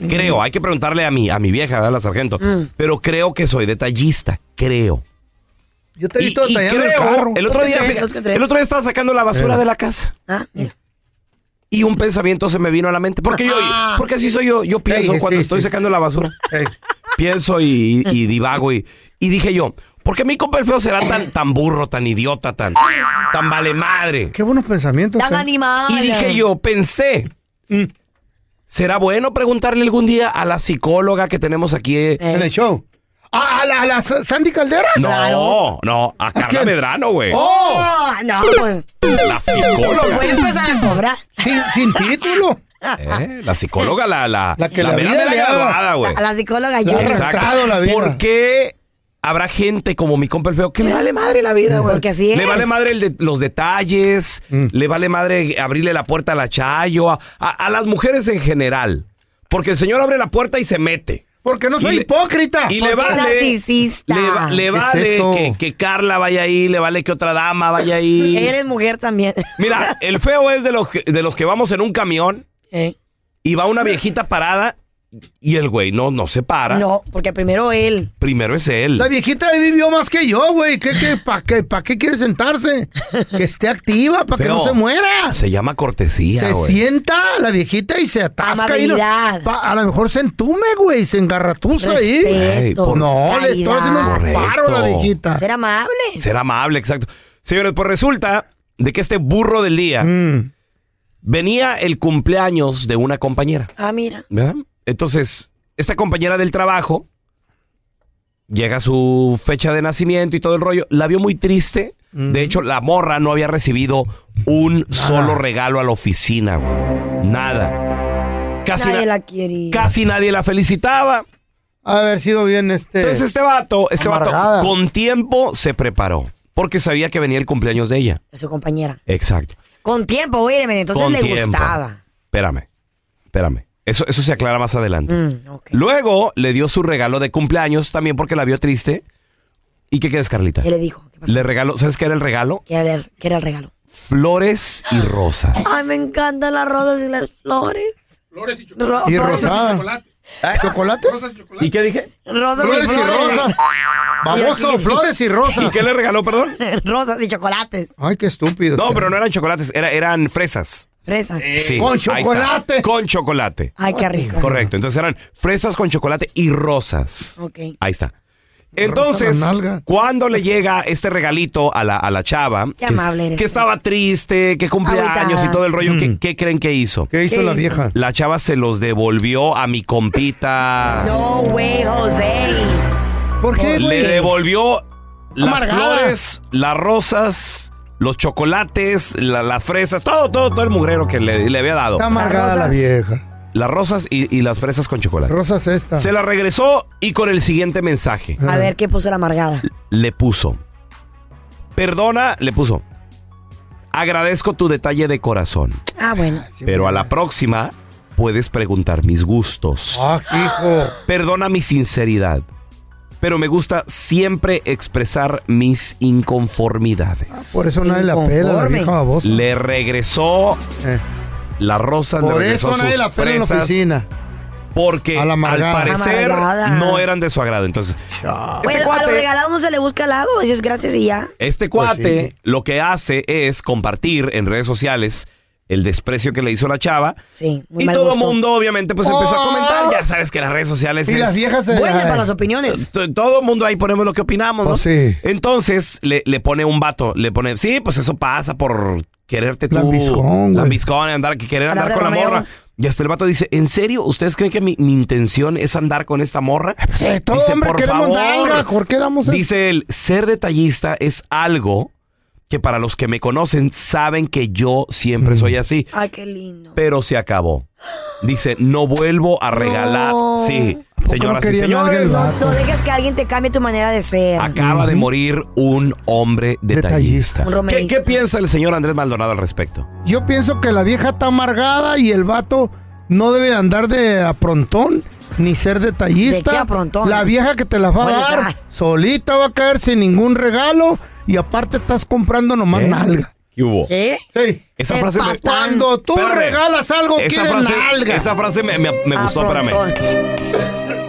Speaker 5: creo. Hay que preguntarle a mi, a mi vieja, a la sargento. Pero creo que soy detallista, creo.
Speaker 4: Yo te he
Speaker 5: Y-
Speaker 4: visto
Speaker 5: y
Speaker 4: detallando el
Speaker 5: creo,
Speaker 4: carro. Eh.
Speaker 5: el otro día, fija- el otro día estaba sacando la basura de la casa. Y un pensamiento se me vino a la mente. Porque yo,
Speaker 3: Ah.
Speaker 5: porque así soy yo. Yo pienso
Speaker 4: Ey,
Speaker 5: cuando
Speaker 4: sí,
Speaker 5: estoy
Speaker 4: sí.
Speaker 5: sacando la basura. Pienso y, y divago. Y, y dije yo, ¿por qué mi compa el feo será tan, tan burro, tan idiota, tan, tan vale madre?
Speaker 4: Qué buenos pensamientos.
Speaker 3: Tan
Speaker 4: ¿eh?
Speaker 3: animal.
Speaker 5: Y dije yo, pensé.
Speaker 4: Mm.
Speaker 5: ¿Será bueno preguntarle algún día a la psicóloga que tenemos aquí? eh?
Speaker 4: En el show. ¿A, a la, a la Sa- Sandy Caldera?
Speaker 5: No, no, a Carla
Speaker 4: quién?
Speaker 5: Medrano, güey.
Speaker 3: ¡Oh! No, pues.
Speaker 5: La psicóloga.
Speaker 3: Voy a empezar a cobrar.
Speaker 4: Sin, sin título.
Speaker 5: Eh, La psicóloga, la, la,
Speaker 4: La que la
Speaker 5: mera,
Speaker 4: vida
Speaker 5: mera
Speaker 4: le ha-
Speaker 5: graduada, Ah, güey.
Speaker 3: A la
Speaker 4: La
Speaker 3: psicóloga yo.
Speaker 4: ha
Speaker 5: Exacto.
Speaker 4: arrastrado la vida.
Speaker 5: ¿Por qué habrá gente como mi compa el feo que le vale madre la vida, güey?
Speaker 3: Porque así es.
Speaker 5: Le vale madre el de- los detalles,
Speaker 4: Mm.
Speaker 5: le vale madre abrirle la puerta a la chayo, a, a- a las mujeres en general. Porque el señor abre la puerta y se mete.
Speaker 4: Porque no soy
Speaker 5: Y le-
Speaker 4: hipócrita.
Speaker 5: Y le
Speaker 3: Porque es
Speaker 5: vale.
Speaker 3: narcisista.
Speaker 5: Le, va- le
Speaker 4: ¿Qué es
Speaker 5: vale
Speaker 4: eso?
Speaker 5: que, que Carla vaya ahí, le vale que otra dama vaya ahí.
Speaker 3: Ella es mujer también.
Speaker 5: Mira, el feo es de los que, de los que vamos en un camión
Speaker 3: Eh,
Speaker 5: y va una viejita parada y el güey no, no se para.
Speaker 3: No, porque primero él.
Speaker 5: Primero es él.
Speaker 4: La viejita ahí vivió más que yo, güey. ¿Qué, qué, ¿Para qué, pa' qué quiere sentarse? Que esté activa, para que
Speaker 5: Feo.
Speaker 4: no se muera.
Speaker 5: Se llama cortesía,
Speaker 4: Se
Speaker 5: güey.
Speaker 4: sienta la viejita y se atasca. ahí.
Speaker 3: Amabilidad.
Speaker 4: Pa- a lo mejor se entume, güey, se engarratuza ahí.
Speaker 5: Ey,
Speaker 3: Respeto.
Speaker 5: por-
Speaker 4: No, le estoy haciendo
Speaker 3: calidad.
Speaker 4: un paro a la
Speaker 5: Correcto.
Speaker 4: viejita.
Speaker 3: Ser amable.
Speaker 5: Ser amable, exacto. Señores, pues resulta de que este burro del día
Speaker 4: Mm.
Speaker 5: venía el cumpleaños de una compañera.
Speaker 3: Ah, mira.
Speaker 5: ¿verdad? Entonces, esta compañera del trabajo llega su fecha de nacimiento y todo el rollo. La vio muy triste. De hecho, la morra no había recibido un solo regalo a la oficina, güey. Nada. Casi,
Speaker 3: Nadie
Speaker 5: na-
Speaker 3: la quiere.
Speaker 5: casi nadie la felicitaba.
Speaker 4: Haber sido bien este.
Speaker 5: Entonces este vato, este vato,
Speaker 4: Amargada.
Speaker 5: con tiempo se preparó. Porque sabía que venía el cumpleaños de ella.
Speaker 3: Su compañera.
Speaker 5: Exacto.
Speaker 3: Con tiempo, óyeme, entonces
Speaker 5: Con
Speaker 3: le
Speaker 5: tiempo.
Speaker 3: gustaba.
Speaker 5: Espérame, espérame. Eso, eso se aclara más adelante.
Speaker 3: Mm, ok.
Speaker 5: Luego le dio su regalo de cumpleaños también porque la vio triste. ¿Y qué quieres, Carlita?
Speaker 3: ¿Qué le dijo? ¿Qué pasó?
Speaker 5: Le regaló, ¿sabes qué era el regalo?
Speaker 3: ¿Qué era el- qué era el regalo?
Speaker 5: Flores y rosas.
Speaker 3: Ay, me encantan las rosas y las flores. Flores y
Speaker 4: Y
Speaker 3: chocolate.
Speaker 4: rosada. ¿Chocolate?
Speaker 5: ¿Y qué dije?
Speaker 3: Rosas y
Speaker 4: Flores y
Speaker 3: flores.
Speaker 4: rosas. Baboso, flores y
Speaker 5: ¿Y
Speaker 4: rosas.
Speaker 5: qué le regaló, perdón?
Speaker 3: Rosas y chocolates.
Speaker 4: Ay, qué estúpido.
Speaker 5: No, pero no eran chocolates, era- eran fresas.
Speaker 3: Fresas.
Speaker 5: Sí,
Speaker 4: Eh, Con
Speaker 5: ahí está.
Speaker 4: chocolate.
Speaker 5: Con chocolate.
Speaker 3: Ay, qué rico.
Speaker 5: Correcto, entonces eran fresas con chocolate y rosas.
Speaker 3: Ok.
Speaker 5: Ahí está. Entonces,
Speaker 4: la nalga.
Speaker 5: cuando le llega este regalito a la, a la chava, que,
Speaker 3: Qué amable eres,
Speaker 5: que
Speaker 3: tú.
Speaker 5: estaba triste, que cumpleaños
Speaker 3: Agüitada.
Speaker 5: y todo el rollo, ¿qué, qué creen que hizo?
Speaker 4: Mm. ¿Qué hizo
Speaker 3: ¿Qué
Speaker 4: la
Speaker 3: hizo?
Speaker 4: vieja?
Speaker 5: La chava se los devolvió a mi compita.
Speaker 3: No way, Jose.
Speaker 4: ¿Por qué,
Speaker 5: Le
Speaker 4: güey?
Speaker 5: devolvió las
Speaker 4: Amargada.
Speaker 5: flores, las rosas, los chocolates, la- las fresas, todo, todo, todo el mugrero que le, le había dado.
Speaker 4: Está amargada la vieja.
Speaker 5: Las rosas y, y las fresas con chocolate.
Speaker 4: Rosas esta.
Speaker 5: Se la regresó y con el siguiente mensaje.
Speaker 4: Ah.
Speaker 3: A ver qué puso la amargada.
Speaker 5: le puso. Perdona, le puso. Agradezco tu detalle de corazón,
Speaker 3: Ah, bueno.
Speaker 5: pero a la próxima puedes preguntar mis gustos.
Speaker 4: Ah, hijo.
Speaker 5: Perdona mi sinceridad, pero me gusta siempre expresar mis inconformidades.
Speaker 4: Por eso nadie la pela, la
Speaker 3: Inconforme.
Speaker 4: vieja babosa.
Speaker 5: Le regresó
Speaker 4: Eh.
Speaker 5: la rosa, le
Speaker 4: Por
Speaker 5: regresó
Speaker 4: eso nadie
Speaker 5: sus
Speaker 4: la pela en la
Speaker 5: fresas,
Speaker 4: oficina.
Speaker 5: porque
Speaker 4: A la
Speaker 5: al
Speaker 4: amargada.
Speaker 5: parecer
Speaker 3: Amargada.
Speaker 5: no eran de su agrado. Entonces, este
Speaker 3: Bueno, a lo
Speaker 5: cuate-
Speaker 3: regalado no se le busca al lado. Dices gracias y ya.
Speaker 5: Este
Speaker 4: Pues
Speaker 5: cuate lo que hace es compartir en redes sociales el desprecio que le hizo la chava.
Speaker 3: Sí, muy
Speaker 5: y
Speaker 3: mal
Speaker 5: todo el
Speaker 3: gusto.
Speaker 5: mundo, obviamente, pues empezó a
Speaker 4: Oh.
Speaker 5: comentar. Ya sabes que las redes sociales
Speaker 4: Y
Speaker 5: es-
Speaker 4: las viejas se.
Speaker 3: Buena
Speaker 4: ay,
Speaker 3: para las opiniones.
Speaker 5: T- Todo el mundo ahí ponemos lo que opinamos, ¿no?
Speaker 4: Pues sí.
Speaker 5: Entonces le, le pone un vato, le pone, sí, pues eso pasa por quererte tú.
Speaker 4: Lambiscón, güey.
Speaker 5: Lambiscón, andar, que querer
Speaker 3: Andar
Speaker 5: andar
Speaker 3: de
Speaker 5: con la
Speaker 3: Romeo.
Speaker 5: morra. Y hasta el vato dice, ¿en serio? ¿Ustedes creen que mi, mi intención es andar con esta morra?
Speaker 4: sí, pues, eh, todo hombre queremos nalga, ¿por qué damos eso?
Speaker 5: Dice él, ser detallista es algo que para los que me conocen saben que yo
Speaker 4: Mm.
Speaker 5: siempre soy así
Speaker 3: Ay, qué lindo.
Speaker 5: pero se acabó. Dice, no vuelvo a regalar.
Speaker 3: No.
Speaker 5: Sí,
Speaker 4: poco
Speaker 5: señoras
Speaker 4: no
Speaker 5: y
Speaker 4: quería
Speaker 5: señores,
Speaker 4: nalga
Speaker 3: No, no dejes que alguien te cambie tu manera de ser.
Speaker 5: acaba de morir un hombre detallista.
Speaker 4: Detallista.
Speaker 3: Un romerista.
Speaker 5: ¿Qué, qué piensa el señor Andrés Maldonado al respecto?
Speaker 4: Yo pienso que la vieja está amargada y el vato no debe andar de aprontón ni ser detallista.
Speaker 3: ¿De qué aprontón?
Speaker 4: La vieja que te las va a
Speaker 3: Bueno,
Speaker 4: dar
Speaker 3: ay.
Speaker 4: solita va a caer sin ningún regalo y aparte estás comprando nomás
Speaker 5: ¿Eh?
Speaker 4: nalga.
Speaker 5: ¿Qué ¿Qué hubo?
Speaker 3: ¿Qué?
Speaker 4: Sí.
Speaker 5: Esa frase me-
Speaker 4: Cuando tú
Speaker 5: Espérame.
Speaker 4: regalas algo,
Speaker 5: Esa
Speaker 4: quieren
Speaker 5: frase,
Speaker 4: nalga.
Speaker 5: esa frase me, me-
Speaker 3: Ah,
Speaker 5: me gustó, espérame.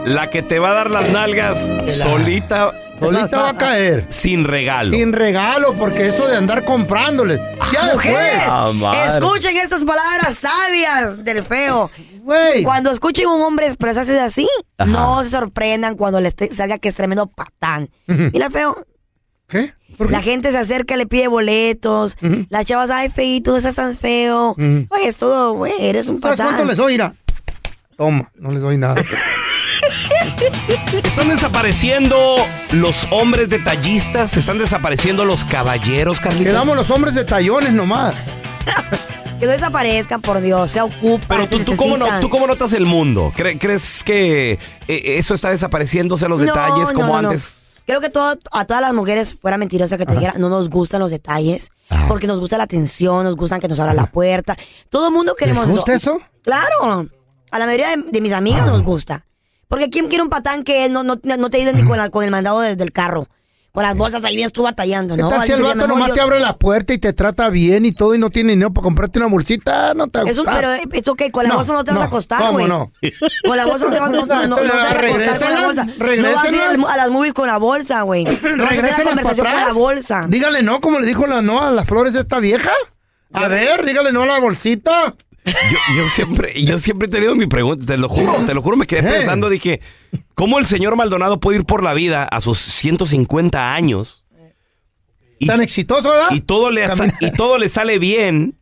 Speaker 5: La que te va a dar las nalgas solita.
Speaker 4: Solita va a caer.
Speaker 5: Sin regalo.
Speaker 4: Sin regalo, porque eso de andar comprándoles. Ya
Speaker 3: Mujeres,
Speaker 4: después.
Speaker 5: Ah, madre.
Speaker 3: escuchen estas palabras sabias del feo. Cuando escuchen un hombre expresarse así,
Speaker 4: Ajá.
Speaker 3: no se sorprendan cuando les te- salga que es tremendo patán. Mira el feo.
Speaker 4: ¿Qué?
Speaker 3: La gente se acerca, le pide boletos. Las chavas, ay, feito, no seas tan feo.
Speaker 4: Ujú.
Speaker 3: Oye, es todo, güey, eres un
Speaker 4: ¿Sabes
Speaker 3: patán.
Speaker 4: cuánto les doy? Mira. Toma, no les doy nada.
Speaker 5: Están desapareciendo los hombres detallistas, están desapareciendo los caballeros, Carlitos.
Speaker 4: Quedamos los hombres de tallones nomás.
Speaker 3: Que no desaparezcan, por Dios, se ocupan.
Speaker 5: Pero tú,
Speaker 3: se
Speaker 5: tú cómo no-
Speaker 3: necesitan.
Speaker 5: tú cómo notas el mundo? ¿Cre- ¿Crees que eh, eso está desapareciéndose los
Speaker 3: No,
Speaker 5: detalles
Speaker 3: no,
Speaker 5: como
Speaker 3: no, no.
Speaker 5: antes?
Speaker 3: Creo que todo, a todas las mujeres fuera mentirosa que te dijera, no nos gustan los detalles, porque nos gusta la atención, nos gustan que nos abran la puerta. Todo el mundo queremos
Speaker 4: ¿Les gusta eso?
Speaker 3: Claro. A la mayoría de, de mis amigas nos gusta. Porque ¿quién quiere un patán que no, no, no te ayude ni con, la- con el mandado del, del carro? Con las bolsas ahí vienes tú batallando,
Speaker 4: ¿Qué
Speaker 3: ¿no?
Speaker 4: tal si el
Speaker 3: Alguien
Speaker 4: vato
Speaker 3: diría, mi amor,
Speaker 4: nomás
Speaker 3: yo-
Speaker 4: te abre la puerta y te trata bien y todo y no tiene dinero para comprarte una bolsita? Ah, No te va a
Speaker 3: Es un-
Speaker 4: gustar.
Speaker 3: pero eh, es ok, con la
Speaker 4: No,
Speaker 3: bolsa no te vas a
Speaker 4: no,
Speaker 3: acostar,
Speaker 4: ¿cómo
Speaker 3: güey.
Speaker 4: no?
Speaker 3: Con la bolsa no te vas, no, no, no, no te vas a acostar con la
Speaker 4: Regrésenlas,
Speaker 3: bolsa. No vas a ir al-
Speaker 4: regrésenlas.
Speaker 3: a las movies con la bolsa, güey. No vas a tener
Speaker 4: Regresen
Speaker 3: la conversación con la bolsa.
Speaker 4: Dígale no, como le dijo la no a las flores de esta vieja. A ver, dígale no a la bolsita.
Speaker 5: Yo, yo siempre, yo siempre te digo mi pregunta, te lo juro, te lo juro, me quedé
Speaker 4: Eh.
Speaker 5: pensando, dije, ¿cómo el señor Maldonado puede ir por la vida a sus 150 años?
Speaker 4: Tan exitoso, ¿verdad?
Speaker 5: Y todo le, sa- y todo le sale bien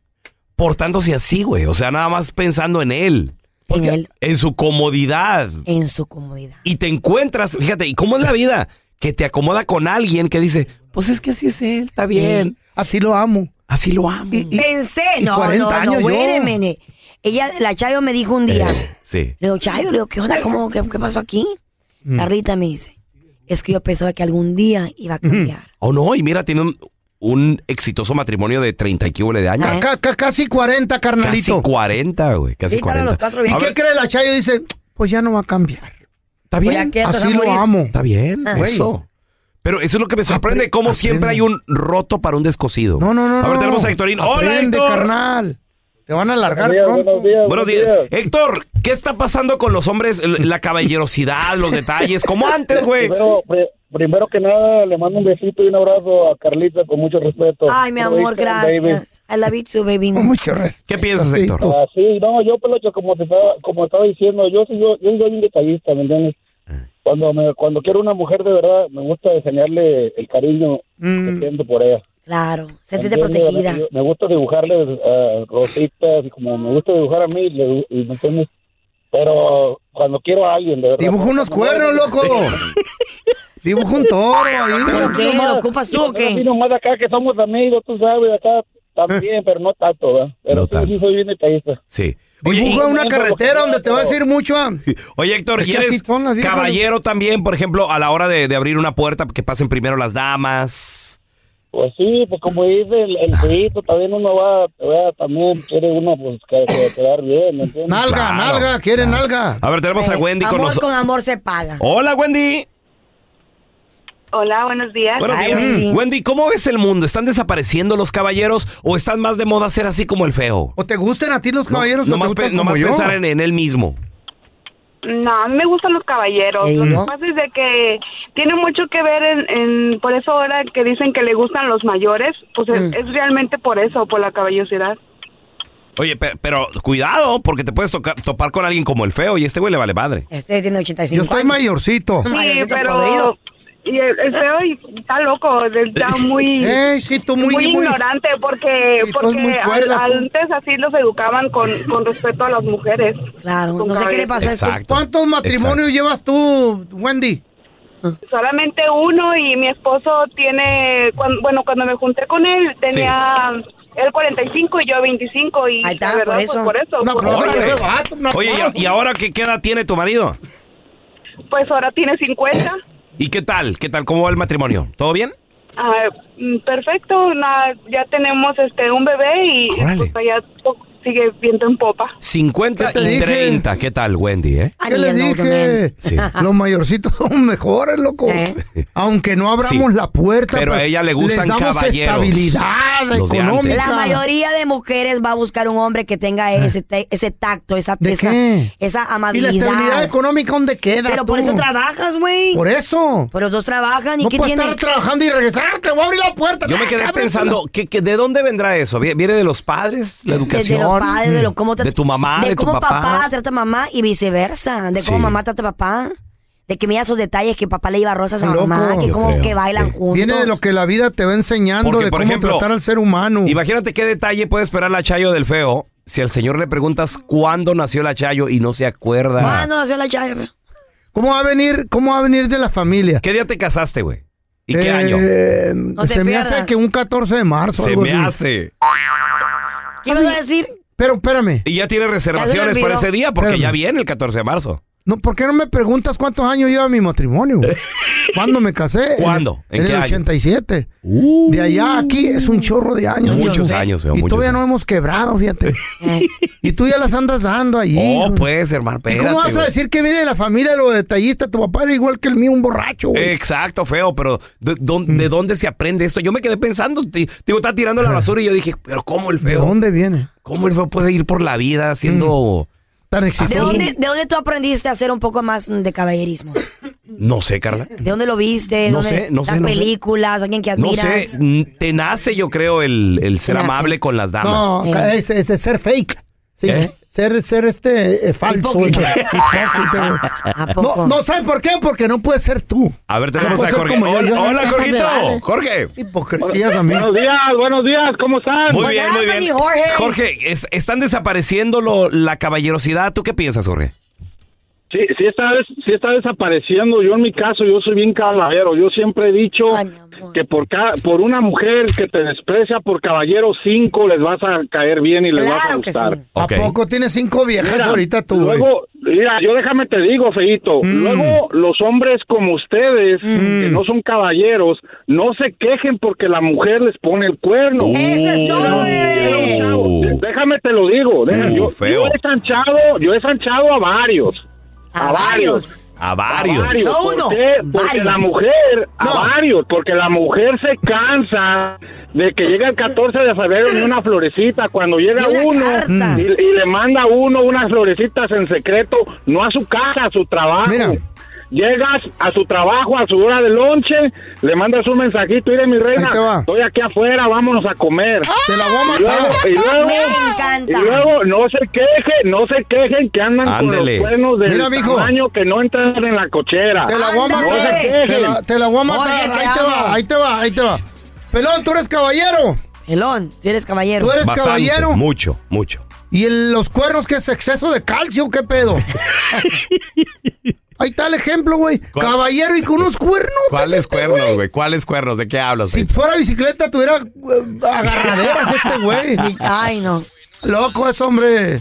Speaker 5: portándose así, güey. O sea, nada más pensando en él.
Speaker 3: En él.
Speaker 5: En su comodidad.
Speaker 3: En su comodidad.
Speaker 5: Y te encuentras, fíjate, ¿y cómo es la vida? Que te acomoda con alguien que dice, pues es que así es él, está bien.
Speaker 4: Así lo amo.
Speaker 5: Así lo amo.
Speaker 3: Pensé,
Speaker 5: y
Speaker 3: no,
Speaker 5: 40
Speaker 3: no, no,
Speaker 5: años yo.
Speaker 3: wait a minute. Ella, la Chayo me dijo un día,
Speaker 5: Sí.
Speaker 3: le digo, Chayo, le digo, ¿qué onda? ¿Cómo, qué, qué pasó aquí?
Speaker 5: Mm.
Speaker 3: Carlita me dice, es que yo pensaba que algún día iba a cambiar.
Speaker 5: Oh, no, y mira, tiene un, un exitoso matrimonio de 30 y quíbole de años.
Speaker 3: Ah, ¿Eh?
Speaker 4: Ca- ca- casi 40,
Speaker 5: Casi
Speaker 4: carnalito.
Speaker 5: 40, güey. Casi
Speaker 4: Sí, claro,
Speaker 5: 40.
Speaker 4: los cuatro bien.
Speaker 5: A
Speaker 4: ¿Y
Speaker 5: ver,
Speaker 4: qué cree la Chayo? Dice, pues ya no va a cambiar.
Speaker 5: Está bien.
Speaker 4: Así lo amo.
Speaker 5: Está bien.
Speaker 4: Ah.
Speaker 5: Eso. Pero eso es lo que me sorprende, cómo siempre hay un roto para un descosido.
Speaker 4: No, no, no.
Speaker 5: A ver,
Speaker 4: no.
Speaker 5: tenemos a Héctorín. Hola,
Speaker 4: Aprende,
Speaker 5: Héctor.
Speaker 4: carnal. Te van a largar
Speaker 5: Buenos días,
Speaker 4: pronto.
Speaker 5: Buenos días. Héctor, ¿qué está pasando con los hombres? L- La caballerosidad, los detalles, como antes, güey.
Speaker 8: Primero, pri- primero que nada, le mando un besito y un abrazo a Carlita con mucho respeto.
Speaker 3: Ay, mi amor,
Speaker 8: Rachel, baby.
Speaker 3: gracias. I love you too, baby.
Speaker 4: Mucho respeto.
Speaker 5: ¿Qué piensas, Héctor?
Speaker 8: Ah, sí, no, yo, Pelocho, como te estaba, como estaba diciendo, yo soy, yo, yo soy un detallista, ¿me entiendes?
Speaker 5: Eh.
Speaker 8: Cuando, me, cuando quiero una mujer de verdad, me gusta enseñarle el cariño que
Speaker 5: Mm.
Speaker 8: siento por ella.
Speaker 3: Claro,
Speaker 8: ¿me
Speaker 3: sentiste
Speaker 8: entiendes?
Speaker 3: protegida.
Speaker 8: Yo- Me gusta dibujarle eh, rositas y como me gusta dibujar a mí, le- y, ¿me entiendes? Pero cuando quiero a alguien, de verdad.
Speaker 4: Dibuja
Speaker 8: no,
Speaker 4: unos
Speaker 8: cuando no-
Speaker 4: cuernos, loco. Dibuja un toro ahí.
Speaker 3: ¿Qué? ¿Lo ocupas tú o
Speaker 8: Así
Speaker 3: qué?
Speaker 8: nomás acá que somos amigos, tú sabes, acá también, pero no tanto, ¿verdad? Pero
Speaker 5: No
Speaker 8: sí, sí soy bien detallista.
Speaker 5: Sí. Oye,
Speaker 4: Dibuja
Speaker 5: y-
Speaker 4: una carretera donde te va a decir mucho. ah.
Speaker 5: oye, Héctor,
Speaker 4: Es
Speaker 5: ¿y
Speaker 4: que así
Speaker 5: eres
Speaker 4: son las viejas.
Speaker 5: caballero también, por ejemplo, a la hora de, de abrir una puerta, que pasen primero las damas?
Speaker 8: Pues sí, pues como dice el, el feíto, también uno va, va, también quiere uno pues que, que quedar bien, ¿me entiendes?
Speaker 4: Nalga,
Speaker 5: Claro.
Speaker 4: nalga, quiere nalga.
Speaker 5: A ver,
Speaker 4: Eh,
Speaker 5: tenemos a Wendy con
Speaker 3: Amor con
Speaker 5: nosotros.
Speaker 3: amor se paga.
Speaker 5: Hola, Wendy.
Speaker 11: Hola, buenos días.
Speaker 5: Buenos
Speaker 3: Ay,
Speaker 5: días.
Speaker 3: Wendy.
Speaker 5: mm, Wendy, ¿cómo ves el mundo? ¿Están desapareciendo los caballeros o están más de moda ser así como el feo?
Speaker 4: O te gusten a ti los caballeros o te
Speaker 5: nomás
Speaker 4: gustan
Speaker 5: pe-
Speaker 4: como
Speaker 5: nomás
Speaker 4: yo.
Speaker 5: pensar en, en él mismo.
Speaker 11: No, a mí me gustan los caballeros.
Speaker 3: Ey,
Speaker 11: Lo que
Speaker 3: ¿no?
Speaker 11: pasa es de que tiene mucho que ver en, en- por eso ahora que dicen que le gustan los mayores, pues es, es realmente por eso, por la caballosidad.
Speaker 5: Oye, pe- pero, cuidado, porque te puedes toca- topar con alguien como el feo y este güey le vale madre.
Speaker 4: Eh,
Speaker 3: Este tiene 85
Speaker 4: Yo estoy
Speaker 3: años.
Speaker 4: mayorcito.
Speaker 11: Sí,
Speaker 3: Mayorcito
Speaker 11: pero
Speaker 3: podrido.
Speaker 11: y el, el feo y- está loco, está muy
Speaker 4: Eh, sí, tú muy,
Speaker 11: muy,
Speaker 4: muy-
Speaker 11: ignorante porque
Speaker 4: Sí, tú
Speaker 11: porque
Speaker 4: muy
Speaker 11: al-
Speaker 4: cuerda, tú.
Speaker 11: antes así los educaban con, con respeto a las mujeres.
Speaker 3: Claro,
Speaker 11: Con
Speaker 3: no sé qué le
Speaker 11: cabeza.
Speaker 3: pasó a este.
Speaker 4: ¿Cuántos matrimonios llevas tú, Wendy?
Speaker 11: Solamente uno y mi esposo tiene, cuan- bueno, cuando me junté con él tenía él 45 y yo 25 y
Speaker 3: Ahí está,
Speaker 11: la verdad,
Speaker 3: por eso.
Speaker 11: pues, por eso,
Speaker 4: Un
Speaker 11: por-
Speaker 4: aplauso
Speaker 11: pues,
Speaker 4: para ese vato, un
Speaker 5: Oye,
Speaker 4: aplauso.
Speaker 5: ¿y, y ahora qué, qué edad tiene tu marido?
Speaker 11: Pues ahora tiene 50.
Speaker 5: ¿Y qué tal? ¿Qué tal? ¿Cómo va el matrimonio? ¿Todo bien?
Speaker 11: Ah, mm, perfecto, na- ya tenemos este un bebé y
Speaker 5: Órale.
Speaker 11: pues, ya to- sigue viento en popa.
Speaker 5: 50
Speaker 11: ¿Qué te
Speaker 5: y
Speaker 11: dije?
Speaker 5: 30. ¿Qué tal, Wendy, eh?
Speaker 4: ¿Qué les dije?
Speaker 5: Sí.
Speaker 4: Los mayorcitos son mejores, loco.
Speaker 3: ¿Eh?
Speaker 4: Aunque no abramos
Speaker 5: Sí.
Speaker 4: la puerta. pues,
Speaker 5: Pero a ella le gustan
Speaker 4: les damos
Speaker 5: caballeros.
Speaker 4: estabilidad
Speaker 5: Los de
Speaker 4: económica.
Speaker 3: La mayoría de mujeres va a buscar un hombre que tenga ese, te- ese tacto, esa,
Speaker 4: Ah. ¿De
Speaker 3: esa,
Speaker 4: qué?
Speaker 3: esa
Speaker 4: ¿Y la
Speaker 3: amabilidad.
Speaker 4: estabilidad económica dónde queda?
Speaker 3: Pero por
Speaker 4: tú?
Speaker 3: eso trabajas, güey.
Speaker 4: Por eso.
Speaker 3: Pero los dos trabajan y
Speaker 4: No
Speaker 3: qué
Speaker 4: puedo
Speaker 3: tiene.
Speaker 4: estar trabajando y regresar, te voy a abrir la puerta. Ah,
Speaker 5: Yo me quedé pensando, ¿qué, qué- de dónde vendrá eso? ¿Vie- ¿Viene de los padres? ¿La
Speaker 3: Desde
Speaker 5: educación?
Speaker 3: los padres, de, lo- cómo tra-
Speaker 5: De tu mamá, de,
Speaker 3: de
Speaker 5: tu
Speaker 3: cómo
Speaker 5: papá.
Speaker 3: trata a mamá y viceversa, de cómo
Speaker 5: Sí.
Speaker 3: mamá trata a papá, de que mira esos detalles que papá le lleva rosas a
Speaker 4: Loco.
Speaker 3: mamá, que
Speaker 4: Yo
Speaker 3: como
Speaker 4: creo,
Speaker 3: que bailan juntos.
Speaker 4: Viene de lo que la vida te va enseñando,
Speaker 5: Porque,
Speaker 4: de
Speaker 5: por
Speaker 4: cómo
Speaker 5: ejemplo,
Speaker 4: tratar al ser humano.
Speaker 5: Imagínate qué detalle puede esperar la Chayo del Feo si al señor le preguntas cuándo nació la Chayo y no se acuerda.
Speaker 3: Ah, no, nació la Chayo, güey.
Speaker 4: ¿Cómo va a venir, cómo va a venir de la familia?
Speaker 5: ¿Qué día te casaste, este güey? ¿Y qué
Speaker 4: Eh,
Speaker 5: año?
Speaker 3: No te
Speaker 4: se me
Speaker 3: pierdas.
Speaker 4: hace que un 14 de marzo.
Speaker 5: Se
Speaker 4: algo
Speaker 5: me
Speaker 4: así.
Speaker 5: hace.
Speaker 3: ¿Qué vas a decir?
Speaker 4: Pero espérame,
Speaker 5: Y ya tiene reservaciones
Speaker 3: olvidó.
Speaker 5: para ese día porque
Speaker 4: Espérame.
Speaker 5: ya viene el 14 de marzo.
Speaker 4: no, ¿por qué no me preguntas cuántos años lleva mi matrimonio? ¿Cuándo me casé?
Speaker 5: ¿Cuándo?
Speaker 4: En,
Speaker 5: ¿En
Speaker 4: el-
Speaker 5: qué
Speaker 4: en el
Speaker 5: año? Uh.
Speaker 4: 87. de allá a aquí es un chorro de años.
Speaker 5: Muchos
Speaker 4: Yo sé.
Speaker 5: años, veo,
Speaker 4: Y
Speaker 5: muchos
Speaker 4: todavía no hemos quebrado, fíjate. y tú ya las andas dando allí.
Speaker 5: Oh,
Speaker 4: hijo.
Speaker 5: pues,
Speaker 4: ¿Y
Speaker 5: hermano, espérate.
Speaker 4: ¿Cómo vas a
Speaker 5: güey.
Speaker 4: decir que viene de la familia de los detallistas? Tu papá era igual que el mío, un borracho. güey. Mm.
Speaker 5: Exacto, feo, pero ¿de, dónde- de dónde se aprende esto? Yo me quedé pensando, te- te digo, estaba tirando la basura y yo dije, pero ¿cómo el
Speaker 4: ¿De
Speaker 5: feo?
Speaker 4: dónde viene?
Speaker 5: ¿Cómo el feo puede ir por la vida siendo...
Speaker 4: Mm. Tan
Speaker 3: ¿De
Speaker 4: exitoso.
Speaker 3: dónde, ¿De dónde tú aprendiste a ser un poco más de caballerismo?
Speaker 5: No sé, Carla.
Speaker 3: ¿De dónde lo viste?
Speaker 5: No
Speaker 3: ¿Dónde-
Speaker 5: sé, no sé,
Speaker 3: Las
Speaker 5: no sé.
Speaker 3: películas, alguien que
Speaker 5: No
Speaker 3: admiras.
Speaker 5: sé, n- te nace yo creo el, el ser
Speaker 3: nace.
Speaker 5: amable con las damas.
Speaker 4: No, ca- ese ese es ser fake. Sí.
Speaker 5: ¿Eh?
Speaker 4: Ser, ser este eh, falso.
Speaker 3: Hipócrita.
Speaker 4: eh, hipócrita, güey.
Speaker 3: ¿A
Speaker 4: No,
Speaker 3: poco?
Speaker 4: no, ¿sabes por qué? Porque no puedes ser tú.
Speaker 5: A ver,
Speaker 4: No
Speaker 5: tenemos
Speaker 4: puedes
Speaker 5: a
Speaker 4: ser
Speaker 5: Jorge.
Speaker 4: Ah, pues como yo,
Speaker 5: Hola,
Speaker 4: yo-
Speaker 5: hola,
Speaker 4: me
Speaker 5: Jorgito.
Speaker 4: vale.
Speaker 5: Jorge.
Speaker 4: Hipocresías a mí.
Speaker 12: Buenos días, buenos días, ¿cómo están?
Speaker 5: Muy
Speaker 3: Hola,
Speaker 5: bien, muy
Speaker 3: Manny
Speaker 5: bien.
Speaker 3: Jorge.
Speaker 5: Jorge, es- están desapareciendo lo- la caballerosidad. ¿Tú qué piensas, Jorge?
Speaker 12: Sí, sí está, des- sí está desapareciendo. Yo en mi caso, yo soy bien caballero. Yo siempre he dicho
Speaker 3: Ay, mi amor.
Speaker 12: que por ca- por una mujer que te desprecia por caballero cinco les vas a caer bien y les vas a
Speaker 3: Claro que
Speaker 12: gustar.
Speaker 3: sí.
Speaker 4: ¿A
Speaker 5: Ok.
Speaker 4: poco tienes cinco viejas
Speaker 12: Mira,
Speaker 4: ahorita tú? güey? Mm.
Speaker 12: Luego, mira, yo déjame te digo, Feito. Luego, los hombres como ustedes, que no son caballeros, no se quejen porque la mujer les pone el cuerno.
Speaker 3: Eso es todo, eh. güey.
Speaker 5: Uh.
Speaker 12: Déjame te lo digo. déjame-
Speaker 5: Uh,
Speaker 12: yo,
Speaker 5: feo.
Speaker 12: yo he sanchado, yo he sanchado a varios.
Speaker 3: A varios.
Speaker 5: A
Speaker 12: A
Speaker 5: varios.
Speaker 3: No
Speaker 12: ¿Por
Speaker 3: uno,
Speaker 12: qué? Porque
Speaker 3: varios.
Speaker 12: la mujer,
Speaker 4: No.
Speaker 12: a varios, porque la mujer se cansa de que llega el 14 de febrero ni una florecita. Cuando llega
Speaker 3: Ni una
Speaker 12: uno
Speaker 3: carta.
Speaker 12: y, y le manda a uno unas florecitas en secreto, no a su casa, a su trabajo.
Speaker 4: Mira.
Speaker 12: Llegas a su trabajo, a su hora de lonche, le mandas un mensajito, mire mi reina,
Speaker 4: te va.
Speaker 12: estoy aquí afuera, vámonos a comer.
Speaker 4: Te la voy a
Speaker 12: Y luego,
Speaker 4: matar.
Speaker 12: y luego-
Speaker 3: ¡Ah! Me encanta.
Speaker 12: y luego no se quejen, no se quejen que andan
Speaker 5: Ándele.
Speaker 12: con los cuernos del
Speaker 4: Mira, mijo.
Speaker 12: tamaño que no entran en la cochera.
Speaker 4: Te la voy a matar.
Speaker 3: Ándale.
Speaker 4: Te la, te la voy a matar.
Speaker 3: Jorge, te
Speaker 4: ahí te
Speaker 3: amo.
Speaker 4: va, ahí te va, ahí te va. Pelón, tú eres caballero.
Speaker 3: Elón, si eres caballero.
Speaker 4: Tú eres
Speaker 5: Bastante,
Speaker 4: caballero.
Speaker 5: Mucho, mucho.
Speaker 4: ¿Y el- los cuernos que es exceso de calcio? ¿Qué pedo? Ahí está el ejemplo, güey.
Speaker 5: ¿Cuál?
Speaker 4: Caballero y con unos cuernos.
Speaker 5: ¿Cuáles
Speaker 4: este
Speaker 5: cuernos, güey? ¿Cuáles cuernos? ¿De qué hablas?
Speaker 4: Si
Speaker 5: güey?
Speaker 4: fuera bicicleta, tuviera eh, agarraderas este güey.
Speaker 3: Ay, no.
Speaker 4: Loco es, hombre.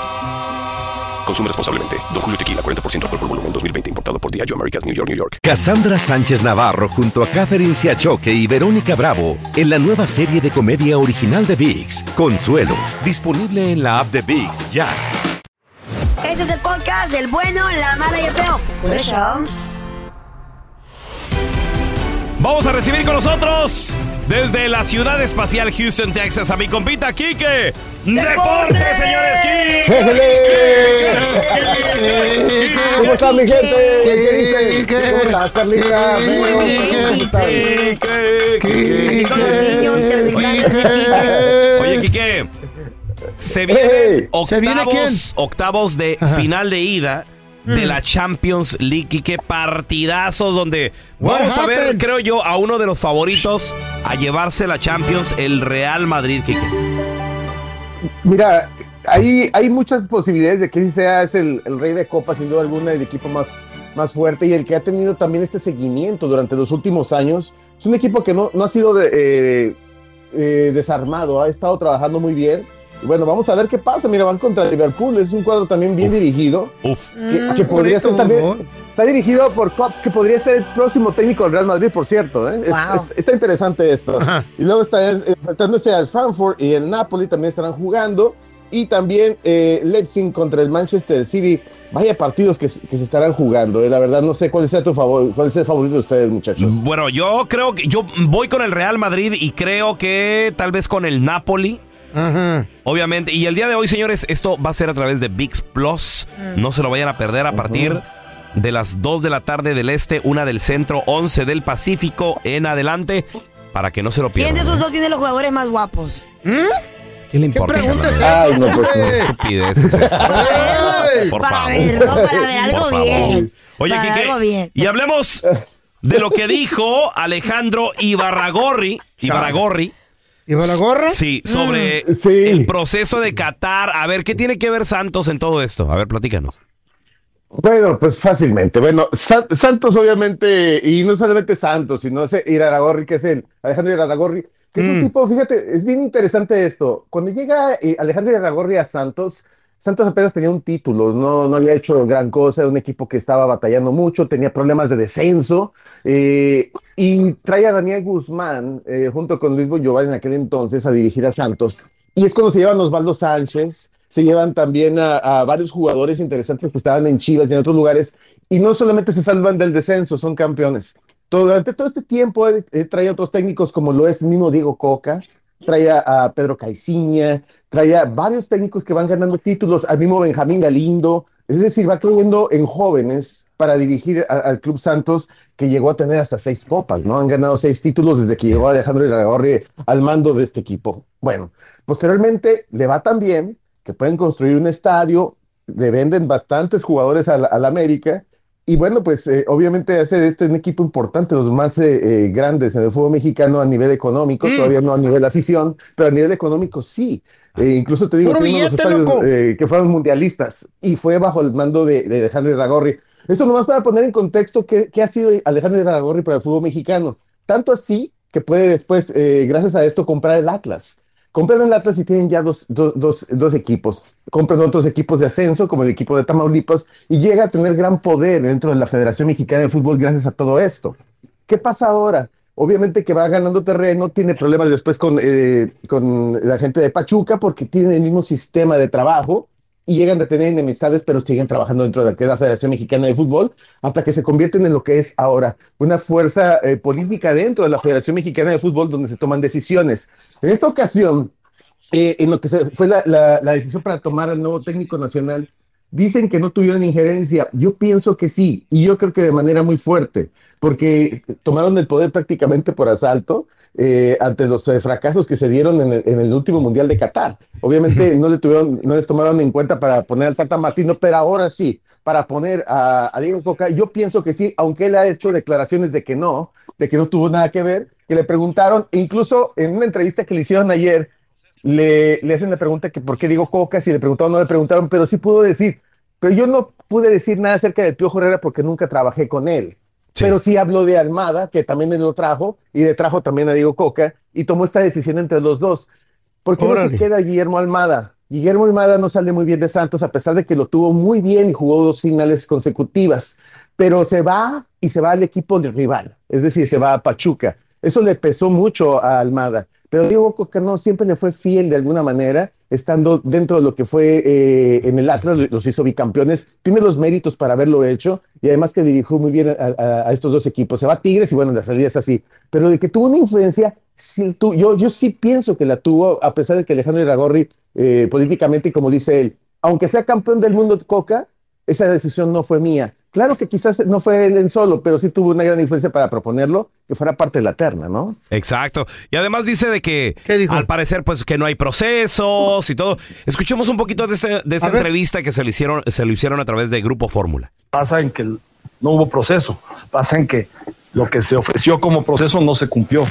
Speaker 10: Consume responsablemente. Don Julio Tequila, 40% alcohol por volumen, 2020. Importado por Diageo Americas, New York, New York. Cassandra Sánchez Navarro junto a Catherine Siachoque y Verónica Bravo en la nueva serie de comedia original de VIX, Consuelo. Disponible en la app de VIX ya.
Speaker 3: Este es el podcast del bueno, la mala y el feo. Por eso.
Speaker 5: Vamos a recibir con nosotros desde la ciudad espacial Houston, Texas, a mi compita Quique. ¡Deporte, señores! Quique.
Speaker 13: ¿Cómo está mi gente? ¿Qué dice? ¿Cómo estás, Carlita?
Speaker 4: Eh,
Speaker 13: Meo, ¿cómo estás?
Speaker 5: Oye, Quique, se vienen octavos, octavos de final de ida
Speaker 2: Mm.
Speaker 5: de la Champions League. Quique, partidazos donde
Speaker 2: What
Speaker 5: vamos a ver,
Speaker 2: happened?
Speaker 5: creo yo, a uno de los favoritos a llevarse la Champions, el Real Madrid, Quique.
Speaker 13: Mira, ahí hay muchas posibilidades de que ese sea es el, el rey de copa, sin duda alguna, el equipo más, más fuerte y el que ha tenido también este seguimiento durante los últimos años. Es un equipo que no, no ha sido de- eh, eh, desarmado, ha estado trabajando muy bien. Y bueno, vamos a ver qué pasa. Mira, van contra Liverpool, es un cuadro también bien dirigido.
Speaker 5: Uf.
Speaker 13: Que, que podría ser también. Está dirigido por Klopp, que podría ser el próximo técnico del Real Madrid, por cierto. ¿eh? Es-
Speaker 14: Wow.
Speaker 13: es- está interesante esto. Y luego está eh, enfrentándose al Frankfurt y el Napoli también estarán jugando. Y también eh, Leipzig contra el Manchester City. Vaya partidos que, se- que se estarán jugando. eh. La verdad, no sé cuál sea tu favor, cuál es el favorito de ustedes, muchachos.
Speaker 5: Bueno, yo creo que yo voy con el Real Madrid y creo que tal vez con el Napoli. Obviamente. Y el día de hoy, señores, esto va a ser a través de VIX Plus. No se lo vayan a perder a partir de las 2 de la tarde del este, 1 del centro, 11 del Pacífico en adelante, para que no se lo
Speaker 3: ¿Quién de
Speaker 5: pierdan.
Speaker 3: esos dos tiene los jugadores más guapos?
Speaker 5: ¿Mm? ¿Quién le importa?
Speaker 3: preguntas
Speaker 5: Fernando?
Speaker 3: es Ay, no, pues, no.
Speaker 5: Qué estupidez es esa. Por
Speaker 3: Para
Speaker 5: favor.
Speaker 3: verlo, para ver algo
Speaker 5: Por favor.
Speaker 3: bien.
Speaker 5: Oye,
Speaker 3: para ver
Speaker 5: Quique,
Speaker 3: algo bien.
Speaker 5: y hablemos de lo que dijo Alejandro Ibarragorri. Ibarragorri.
Speaker 4: ¿Ibarragorri?
Speaker 5: Sí, sobre
Speaker 13: Mm, sí.
Speaker 5: el proceso de Qatar. A ver, ¿qué tiene que ver Santos en todo esto? A ver, platícanos.
Speaker 13: Bueno, pues fácilmente. Bueno, San- Santos obviamente, y no solamente Santos, sino ese Iraragorri, que es el Alejandro Iraragorri, que es un tipo, fíjate, es bien interesante esto. Cuando llega eh, Alejandro Iraragorri a Santos, Santos apenas tenía un título, no, no había hecho gran cosa, era un equipo que estaba batallando mucho, tenía problemas de descenso, eh, y trae a Daniel Guzmán eh, junto con Luis Giovanni en aquel entonces a dirigir a Santos. Y es cuando se llevan Osvaldo Sánchez, se llevan también a, a varios jugadores interesantes que estaban en Chivas y en otros lugares, y no solamente se salvan del descenso, son campeones. Todo- Durante todo este tiempo eh, eh, trae a otros técnicos como lo es mismo Diego Coca, trae a, a Pedro Caiciña, trae a varios técnicos que van ganando títulos, al mismo Benjamín Galindo, es decir, va creyendo en jóvenes para dirigir a- al Club Santos, que llegó a tener hasta seis copas, ¿no? Han ganado seis títulos desde que llegó Alejandro Iragorri al mando de este equipo. Bueno, posteriormente le va tan bien que pueden construir un estadio, le venden bastantes jugadores al, al América, y bueno, pues eh, obviamente hace de este un equipo importante, los más eh, eh, grandes en el fútbol mexicano a nivel económico, todavía no a nivel afición, pero a nivel económico sí. Eh, incluso te digo,
Speaker 4: Puro
Speaker 13: tiene uno de los
Speaker 4: billete,
Speaker 13: estadios,
Speaker 4: loco.
Speaker 13: eh, que fueron mundialistas y fue bajo el mando de, de Alejandro Iragorri. Esto nomás para poner en contexto qué, qué ha sido Alejandro Iragorri para el fútbol mexicano. Tanto así que puede después, eh, gracias a esto, comprar el Atlas. Compran el Atlas y tienen ya dos, dos- dos- dos equipos. Compran otros equipos de ascenso, como el equipo de Tamaulipas, y llega a tener gran poder dentro de la Federación Mexicana de Fútbol gracias a todo esto. ¿Qué pasa ahora? Obviamente que va ganando terreno, tiene problemas después con, eh, con la gente de Pachuca porque tienen el mismo sistema de trabajo y llegan a tener enemistades, pero siguen trabajando dentro de la que es la Federación Mexicana de Fútbol hasta que se convierten en lo que es ahora una fuerza eh, política dentro de la Federación Mexicana de Fútbol donde se toman decisiones. En esta ocasión, eh, en lo que se- fue la, la- la decisión para tomar al nuevo técnico nacional, dicen que no tuvieron injerencia. Yo pienso que sí, y yo creo que de manera muy fuerte, porque tomaron el poder prácticamente por asalto eh, ante los eh, fracasos que se dieron en el, en el último Mundial de Qatar. Obviamente no, le tuvieron, no les tomaron en cuenta para poner al Tata Martino, pero ahora sí, para poner a, a Diego Coca, yo pienso que sí, aunque él ha hecho declaraciones de que no, de que no tuvo nada que ver, que le preguntaron, incluso en una entrevista que le hicieron ayer, le, le hacen la pregunta que por qué digo coca, si le preguntaron no le preguntaron, pero sí pudo decir, pero yo no pude decir nada acerca del Piojo Herrera porque nunca trabajé con él. Pero sí habló de Almada, que también él lo trajo, y le trajo también a Diego Coca, y tomó esta decisión entre los dos. ¿Por qué no
Speaker 4: Órale.
Speaker 13: se queda Guillermo Almada? Guillermo Almada no sale muy bien de Santos, a pesar de que lo tuvo muy bien y jugó dos finales consecutivas, pero se va y se va al equipo del rival, es decir, se va a Pachuca. Eso le pesó mucho a Almada, pero Diego Coca no siempre le fue fiel de alguna manera, estando dentro de lo que fue eh, en el Atlas, los hizo bicampeones, tiene los méritos para haberlo hecho y además que dirigió muy bien a, a- a estos dos equipos. Se va a Tigres y bueno, la salida es así, pero de que tuvo una influencia, sí tu- yo, yo sí pienso que la tuvo, a pesar de que Alejandro Iragorri, eh, políticamente, como dice él, aunque sea campeón del mundo Coca, esa decisión no fue mía. Claro que quizás no fue él en solo, pero sí tuvo una gran influencia para proponerlo, que fuera parte de la terna, ¿no?
Speaker 5: Exacto. Y además dice de que al parecer pues que no hay procesos y todo. Escuchemos un poquito de, este- de esta entrevista que se le hicieron se lo hicieron a través de Grupo Fórmula.
Speaker 14: pasa en que no hubo proceso, pasa en que lo que se ofreció como proceso no se cumplió.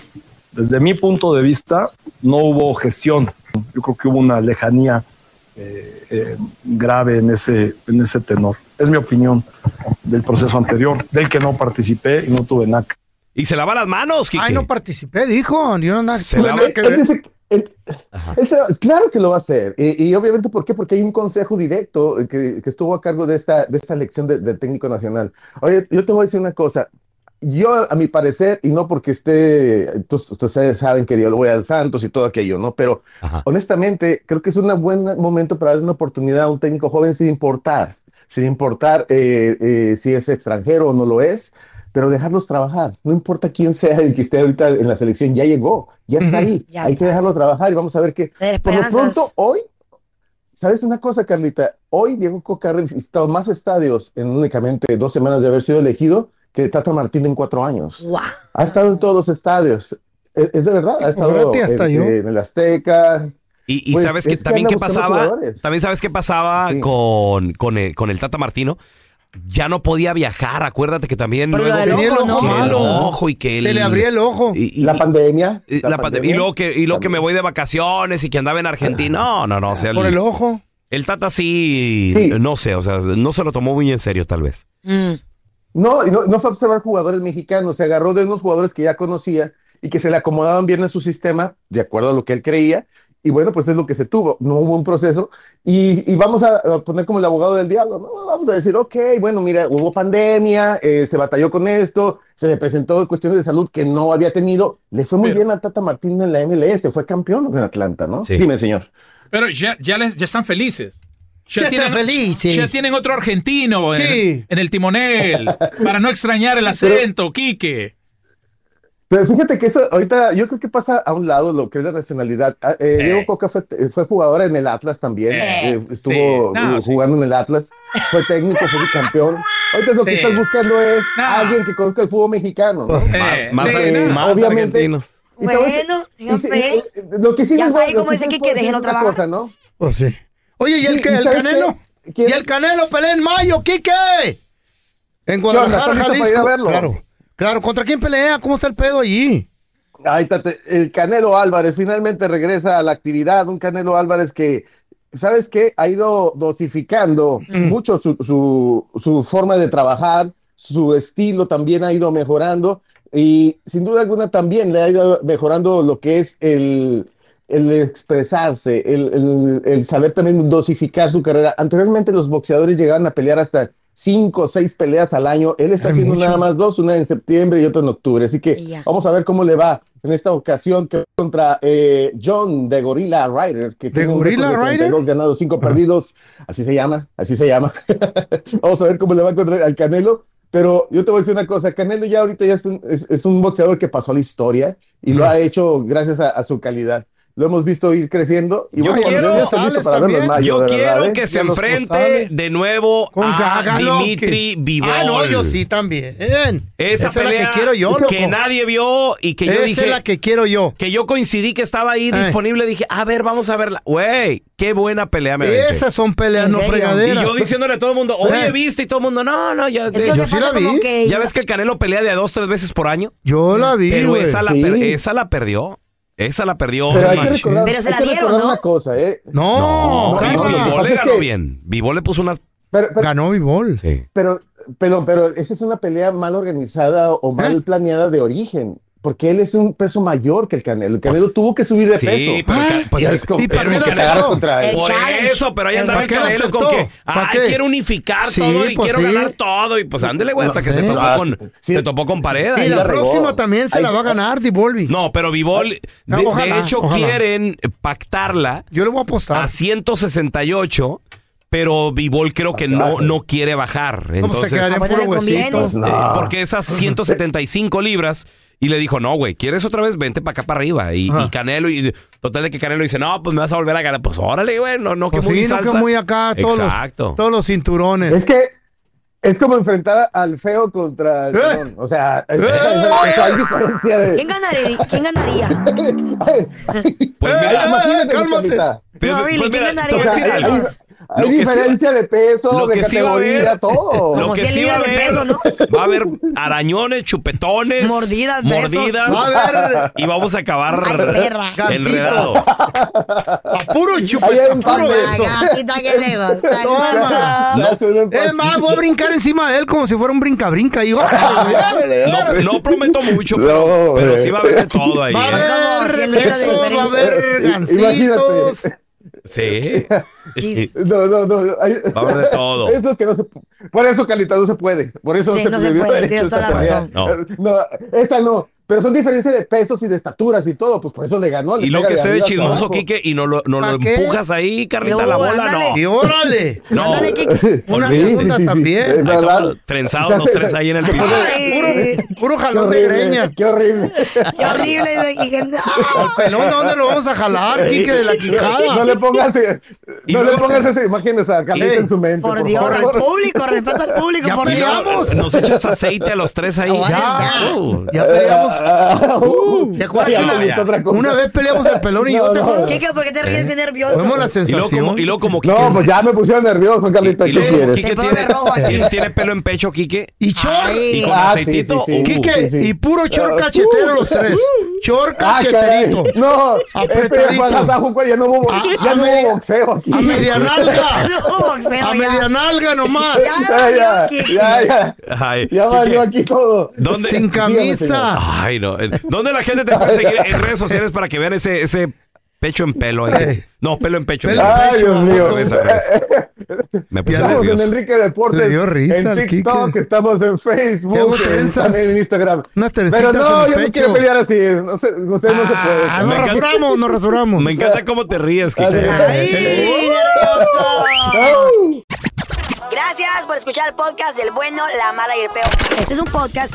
Speaker 14: Desde mi punto de vista, no hubo gestión. Yo creo que hubo una lejanía eh, eh, grave en ese, en ese tenor. Es mi opinión del proceso anterior, del que no participé y no tuve nada. que-
Speaker 5: Y se lava las manos, Kike.
Speaker 4: Ay, no participé, dijo. Yo no nada-
Speaker 13: Él- él- él dice que- él- él se va- claro que lo va a hacer. Y, y obviamente, ¿por qué? Porque hay un consejo directo que, que estuvo a cargo de esta, de esta elección de- del técnico nacional. Oye, yo te voy a decir una cosa. Yo, a mi parecer, y no porque esté, entonces, ustedes saben que yo le voy al Santos y todo aquello, ¿no? Pero honestamente, creo que es un buen momento para darle una oportunidad a un técnico joven sin importar, sin importar eh, eh, si es extranjero o no lo es, pero dejarlos trabajar. No importa quién sea el que esté ahorita en la selección, ya llegó, ya está ahí.
Speaker 3: Ya
Speaker 13: Hay que dejarlo trabajar y vamos a ver qué. Por lo
Speaker 3: esperanzas.
Speaker 13: pronto, hoy, ¿sabes una cosa, Carlita? Hoy Diego Coca ha visitado más estadios en únicamente dos semanas de haber sido elegido que Tata Martín en cuatro años. Ha estado en todos los estadios. Es, es de verdad, ha estado
Speaker 4: Fíjate, hasta
Speaker 13: en,
Speaker 4: yo.
Speaker 13: en el Azteca.
Speaker 5: Y, y
Speaker 13: Pues,
Speaker 5: sabes que
Speaker 13: es que
Speaker 5: también
Speaker 13: anda
Speaker 5: qué
Speaker 13: buscando
Speaker 5: pasaba,
Speaker 13: jugadores.
Speaker 5: también sabes qué pasaba con, con, el, con el Tata Martino. Ya no podía viajar, acuérdate que también
Speaker 13: Pero
Speaker 5: luego
Speaker 13: lo del
Speaker 5: que
Speaker 13: ojo, ¿no?
Speaker 5: el
Speaker 13: Malo.
Speaker 5: ojo y que
Speaker 13: Se le abría el ojo. La pandemia.
Speaker 5: y la pandemia. Y luego que y luego que me voy de vacaciones y que andaba en Argentina. No, no, no, o sea,
Speaker 4: Por el ojo.
Speaker 5: el Tata sí, no sé, o sea, no se lo tomó muy en serio tal vez.
Speaker 13: No, y no, no fue a observar jugadores mexicanos, se agarró de unos jugadores que ya conocía y que se le acomodaban bien en su sistema, de acuerdo a lo que él creía, y bueno, pues es lo que se tuvo, no hubo un proceso, y, y vamos a a poner como el abogado del diablo, ¿no? Vamos a decir, ok, bueno, mira, hubo pandemia, eh, se batalló con esto, se le presentó cuestiones de salud que no había tenido, le fue muy bien a Tata Martín en la MLS, fue campeón en Atlanta, ¿no? Dime, señor.
Speaker 15: Pero ya, ya, les, ya están felices.
Speaker 4: Ya están felices.
Speaker 15: ya tienen otro argentino en-
Speaker 4: Sí.
Speaker 15: en, el timonel para no extrañar el acento, Quique.
Speaker 13: Pero fíjate que eso ahorita yo creo que pasa a un lado lo que es la nacionalidad. Ah, eh, Diego Coca fue, fue jugador en el Atlas también.
Speaker 15: Eh,
Speaker 13: eh, estuvo
Speaker 15: sí, no,
Speaker 13: eh, jugando en el Atlas. Fue técnico, fue campeón. Ahorita lo que
Speaker 15: Sí.
Speaker 13: estás buscando es alguien que conozca el fútbol mexicano. ¿no?
Speaker 5: Más- más-
Speaker 13: Eh,
Speaker 5: más
Speaker 13: obviamente.
Speaker 5: argentinos.
Speaker 13: y te voy a decir-
Speaker 3: Bueno,
Speaker 13: y si-
Speaker 3: fíjate.
Speaker 13: eh, lo que sí
Speaker 3: Ya
Speaker 13: les voy-
Speaker 3: está ahí,
Speaker 13: lo
Speaker 3: como
Speaker 13: que
Speaker 3: dice
Speaker 13: sí les
Speaker 3: que
Speaker 13: puedo decir
Speaker 3: déjenlo
Speaker 13: una
Speaker 3: trabajar.
Speaker 13: cosa, ¿no?
Speaker 5: Oh,
Speaker 4: Pues sí. Oye, ¿y el,
Speaker 13: Sí,
Speaker 4: que,
Speaker 13: ¿y
Speaker 4: el
Speaker 13: sabes
Speaker 4: Canelo? ¿Y el Canelo pelea en mayo, Quique? En
Speaker 13: onda?
Speaker 4: Guadalajara,
Speaker 13: ¿Estás listo para
Speaker 4: Jalisco.
Speaker 13: ir a verlo?
Speaker 4: Claro, claro. ¿Contra quién pelea? ¿Cómo está el pedo allí?
Speaker 13: Ahí está, te- el Canelo Álvarez finalmente regresa a la actividad, un Canelo Álvarez que, ¿sabes qué? Ha ido dosificando
Speaker 4: Mm.
Speaker 13: mucho su, su- su forma de trabajar, su estilo también ha ido mejorando y sin duda alguna también le ha ido mejorando lo que es el, el expresarse, el, el- el saber también dosificar su carrera. Anteriormente los boxeadores llegaban a pelear hasta cinco o seis peleas al año. Él está haciendo nada más dos, una en septiembre y otra en octubre. Así que vamos a ver cómo le va en esta ocasión que va contra eh, John de Gorilla Rider, que tiene un récord
Speaker 4: Gorilla
Speaker 13: de
Speaker 4: Rider?
Speaker 13: 32 ganados, 5 perdidos. Así se llama, así se llama. vamos a ver cómo le va contra al Canelo. Pero yo te voy a decir una cosa, Canelo ya ahorita ya es un, es- es un boxeador que pasó a la historia y lo ha hecho gracias a, a su calidad. Lo hemos visto ir creciendo y
Speaker 5: Yo
Speaker 13: bueno, cuando
Speaker 5: quiero,
Speaker 13: yo ya estoy listo para verlo en mayo,
Speaker 5: yo
Speaker 13: de verdad,
Speaker 5: quiero
Speaker 13: ¿eh?
Speaker 5: que
Speaker 13: Ya
Speaker 5: se
Speaker 13: los
Speaker 4: Pues,
Speaker 5: enfrente
Speaker 13: postales.
Speaker 5: de nuevo
Speaker 13: Con
Speaker 5: a
Speaker 13: Gágalo,
Speaker 5: Ah, Dimitri
Speaker 13: que-
Speaker 5: Vivol.
Speaker 4: Ah, no, yo sí también.
Speaker 5: Esa,
Speaker 4: es la
Speaker 5: pelea
Speaker 4: que quiero yo,
Speaker 5: que
Speaker 4: loco.
Speaker 5: nadie vio y que yo
Speaker 4: Esa
Speaker 5: dije
Speaker 4: es la que quiero yo.
Speaker 5: que yo coincidí que estaba ahí
Speaker 4: Eh.
Speaker 5: disponible, dije, a ver, vamos a verla. Güey, qué buena pelea me aventé.
Speaker 4: Esas son peleas, no fregaderas.
Speaker 5: Y yo diciéndole a todo el mundo, oye, ¿viste? Y todo el mundo, no, no, ya.
Speaker 4: que Eh. Yo sí pasa la como vi. que-
Speaker 5: ¿Ya ves que el Canelo pelea de a dos, tres veces por año?
Speaker 4: Yo la vi,
Speaker 5: Pero
Speaker 4: güey.
Speaker 5: esa, la
Speaker 4: Sí.
Speaker 5: per- esa la perdió. Esa la perdió.
Speaker 13: Pero hay que
Speaker 5: machín.
Speaker 13: recordar, hay que recordar una cosa, ¿eh?
Speaker 4: No,
Speaker 13: no, no, lo que
Speaker 5: Vivol
Speaker 13: pasa
Speaker 5: le
Speaker 13: es
Speaker 5: ganó
Speaker 13: que-
Speaker 5: bien. Vivol le puso unas...
Speaker 4: Ganó Vivol.
Speaker 5: Sí.
Speaker 13: Pero, perdón, pero esa es una pelea mal organizada o mal planeada de origen. Porque él es un peso mayor que el Canelo. El Canelo tuvo que subir de
Speaker 5: Pues sí,
Speaker 13: peso.
Speaker 5: pero
Speaker 4: Ah,
Speaker 5: el Ca- pues
Speaker 13: y
Speaker 5: el-
Speaker 13: es como-
Speaker 5: pero
Speaker 13: como
Speaker 5: el
Speaker 13: que se
Speaker 5: Canelo-
Speaker 13: agarra contra él.
Speaker 5: Por eso, pero ahí andaba el Canelo con que, ay, quiero unificar
Speaker 4: Sí,
Speaker 5: todo y
Speaker 4: pues
Speaker 5: quiero
Speaker 4: sí.
Speaker 5: ganar todo. Y pues ándele, güey, hasta
Speaker 4: No
Speaker 5: que
Speaker 4: sé.
Speaker 5: se topó
Speaker 4: Ah,
Speaker 5: con, se topó con pared.
Speaker 4: Y
Speaker 5: ahí
Speaker 4: la
Speaker 5: regó.
Speaker 4: próxima también se
Speaker 5: Ahí
Speaker 4: la va a ganar, Divolvi.
Speaker 5: No, pero Vivol,
Speaker 4: No,
Speaker 5: de,
Speaker 4: ojalá,
Speaker 5: de hecho,
Speaker 4: ojalá.
Speaker 5: quieren pactarla.
Speaker 4: Yo le voy a apostar.
Speaker 5: A 168, pero Vivol creo que no, no quiere bajar.
Speaker 4: se
Speaker 5: Entonces, pues,
Speaker 4: quedaría en puro huesito?
Speaker 5: Eh, porque esas 175 libras Y le dijo, no, güey, ¿quieres otra vez? Vente para acá para arriba. Y,
Speaker 4: Ajá.
Speaker 5: y Canelo, y total de que Canelo dice, no, pues me vas a volver a ganar. Pues órale, güey, no, no,
Speaker 4: Pues
Speaker 5: que muy
Speaker 4: sí, no que
Speaker 5: salsa.
Speaker 4: muy acá, todos los-
Speaker 5: Exacto.
Speaker 4: todos los cinturones.
Speaker 13: Es que es como enfrentar al feo contra
Speaker 4: Eh.
Speaker 13: el
Speaker 5: eh.
Speaker 13: pelón. O sea, es- es- es- hay diferencia de.
Speaker 3: ¿Quién ganaría? ¿Quién ganaría?
Speaker 5: Pues
Speaker 13: mira, imagínate, Carlita.
Speaker 3: Pero, No, Billy, pues ¿quién mira, ganaría?
Speaker 13: O sea,
Speaker 3: Sí,
Speaker 13: hay,
Speaker 3: los-
Speaker 13: hay
Speaker 5: lo que sí va-
Speaker 13: diferencia de peso,
Speaker 5: lo
Speaker 13: de
Speaker 5: que sí va a haber-
Speaker 13: categoría, todo.
Speaker 5: Lo que sí va a haber, va a haber arañones, chupetones,
Speaker 3: Mordidas, besos.
Speaker 5: mordidas,
Speaker 3: Va a haber-
Speaker 5: y vamos a acabar
Speaker 3: Ay, perra.
Speaker 5: enredados.
Speaker 4: Puro
Speaker 13: Ahí hay
Speaker 4: chupete,
Speaker 13: un
Speaker 4: puro
Speaker 13: pan de
Speaker 4: beso.
Speaker 13: esos.
Speaker 3: Gatita que le gusta.
Speaker 4: Toma. Es más, voy a brincar encima de él como si fuera un brinca-brinca. "Ah, Y...
Speaker 5: No, no prometo mucho, pero, pero sí va a haber de todo ahí.
Speaker 4: Va
Speaker 5: ¿eh?
Speaker 4: a haber besos, va a haber gancitos.
Speaker 13: Imagínate.
Speaker 3: Eh,
Speaker 5: Sí.
Speaker 13: No, no, no. hay-
Speaker 5: Va a haber de todo.
Speaker 13: Es lo que no se pu- Por eso, Calita, no se puede. Por eso
Speaker 3: Sí, no se
Speaker 13: prohibió
Speaker 3: puede,
Speaker 13: derecho
Speaker 3: tienes toda
Speaker 13: esta
Speaker 3: la razón.
Speaker 13: pelea. No, esta no. Pero son diferencias de pesos y de estaturas y todo. Pues por eso le ganó. le
Speaker 5: Y lo
Speaker 13: pega
Speaker 5: que
Speaker 13: de
Speaker 5: esté de
Speaker 13: arriba hasta
Speaker 5: chismoso,
Speaker 13: abajo.
Speaker 5: Quique, y no lo, no lo
Speaker 13: ¿Pa' qué?
Speaker 5: empujas ahí, Carlita,
Speaker 13: No,
Speaker 5: la bola, no.
Speaker 13: ándale. Y órale.
Speaker 5: No.
Speaker 13: Ándale,
Speaker 5: Quique.
Speaker 4: Una segunda también.
Speaker 5: Ahí todos trenzados
Speaker 4: Se
Speaker 5: los
Speaker 4: hace-
Speaker 5: tres ahí en el
Speaker 4: se
Speaker 5: piso.
Speaker 4: pone Puro, puro jalón
Speaker 13: Qué
Speaker 4: de
Speaker 13: horrible,
Speaker 4: greña.
Speaker 13: Qué horrible.
Speaker 3: Qué horrible. dice Quique, no.
Speaker 4: Al pelón, ¿de dónde lo vamos a jalar, Quique? De la quijada.
Speaker 13: No le pongas, eh,
Speaker 4: Y
Speaker 13: no le
Speaker 4: luego-
Speaker 13: pongas esas imágenes a Calita
Speaker 4: Ey,
Speaker 13: en su mente. Por,
Speaker 3: Por Dios, al
Speaker 13: favor.
Speaker 3: público, respeto al público,
Speaker 5: Ya
Speaker 3: por
Speaker 5: peleamos.
Speaker 3: Dios.
Speaker 5: Nos echas aceite a los tres ahí.
Speaker 4: Ya.
Speaker 5: Uh.
Speaker 4: Ya peleamos. Uh, ¿Te acuerdas
Speaker 5: Ya,
Speaker 4: que una,
Speaker 5: ya.
Speaker 4: vez- una vez peleamos el pelón y yo? ¿te acuerdas?
Speaker 3: Quique, ¿por qué te ríes bien nervioso?
Speaker 4: Fuimos la
Speaker 5: Y luego
Speaker 4: sensación.
Speaker 5: como, y luego como Quique,
Speaker 13: No, pues ya me pusieron nervioso, Calita. ¿Qué
Speaker 5: luego
Speaker 13: quieres?
Speaker 5: Quique tiene, tiene- tiene pelo en pecho, Quique.
Speaker 4: Y chor.
Speaker 5: Y con
Speaker 13: Ah, sí,
Speaker 5: aceitito.
Speaker 13: sí, sí.
Speaker 5: uh.
Speaker 4: Quique,
Speaker 13: Sí, sí.
Speaker 4: y puro chor
Speaker 13: Ah,
Speaker 4: cachetero
Speaker 13: uh,
Speaker 4: los tres.
Speaker 13: uh.
Speaker 4: Chor
Speaker 13: Ah, caray.
Speaker 4: cacheterito.
Speaker 13: No, este ya
Speaker 4: Apretadito.
Speaker 13: fue al agasajo, güey, ya no hubo,
Speaker 4: A-
Speaker 13: ya
Speaker 4: a
Speaker 13: no
Speaker 4: media-
Speaker 13: hubo boxeo aquí.
Speaker 4: A media nalga.
Speaker 3: boxeo,
Speaker 4: a
Speaker 3: ya.
Speaker 4: media nalga nomás.
Speaker 3: Ya,
Speaker 13: ya,
Speaker 3: Quique.
Speaker 13: ya, ya.
Speaker 5: Ay,
Speaker 13: Ya valió aquí todo.
Speaker 5: ¿Dónde? Ah,
Speaker 4: Sin camisa.
Speaker 5: Ay, no. Eh, ¿Dónde la gente te puede seguir en redes sociales para que vean ese, ese pecho en pelo? ahí? No, pelo en pecho.
Speaker 4: Pelo en
Speaker 13: Ay,
Speaker 4: pecho,
Speaker 13: Dios mío.
Speaker 5: Esa vez. Me puse
Speaker 13: Estamos en
Speaker 5: nervioso.
Speaker 13: Enrique Deportes,
Speaker 4: Le dio risa
Speaker 13: en
Speaker 4: al
Speaker 13: TikTok,
Speaker 4: Quique.
Speaker 13: estamos en
Speaker 4: Ya hubo
Speaker 13: Facebook, en-
Speaker 4: trenzas.
Speaker 13: también en Instagram.
Speaker 4: Unas trencitas
Speaker 13: Pero no,
Speaker 4: en
Speaker 13: yo
Speaker 4: pecho.
Speaker 13: no quiero pelear así, no sé, usted no se puede.
Speaker 4: Ah, nos rasuramos, nos rasuramos.
Speaker 5: Me encanta cómo te ríes, Quique.
Speaker 3: Ay, nervioso.
Speaker 13: Au.
Speaker 3: Gracias por escuchar el podcast del bueno, la mala y el peor. Este es un podcast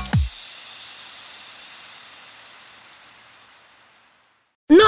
Speaker 16: No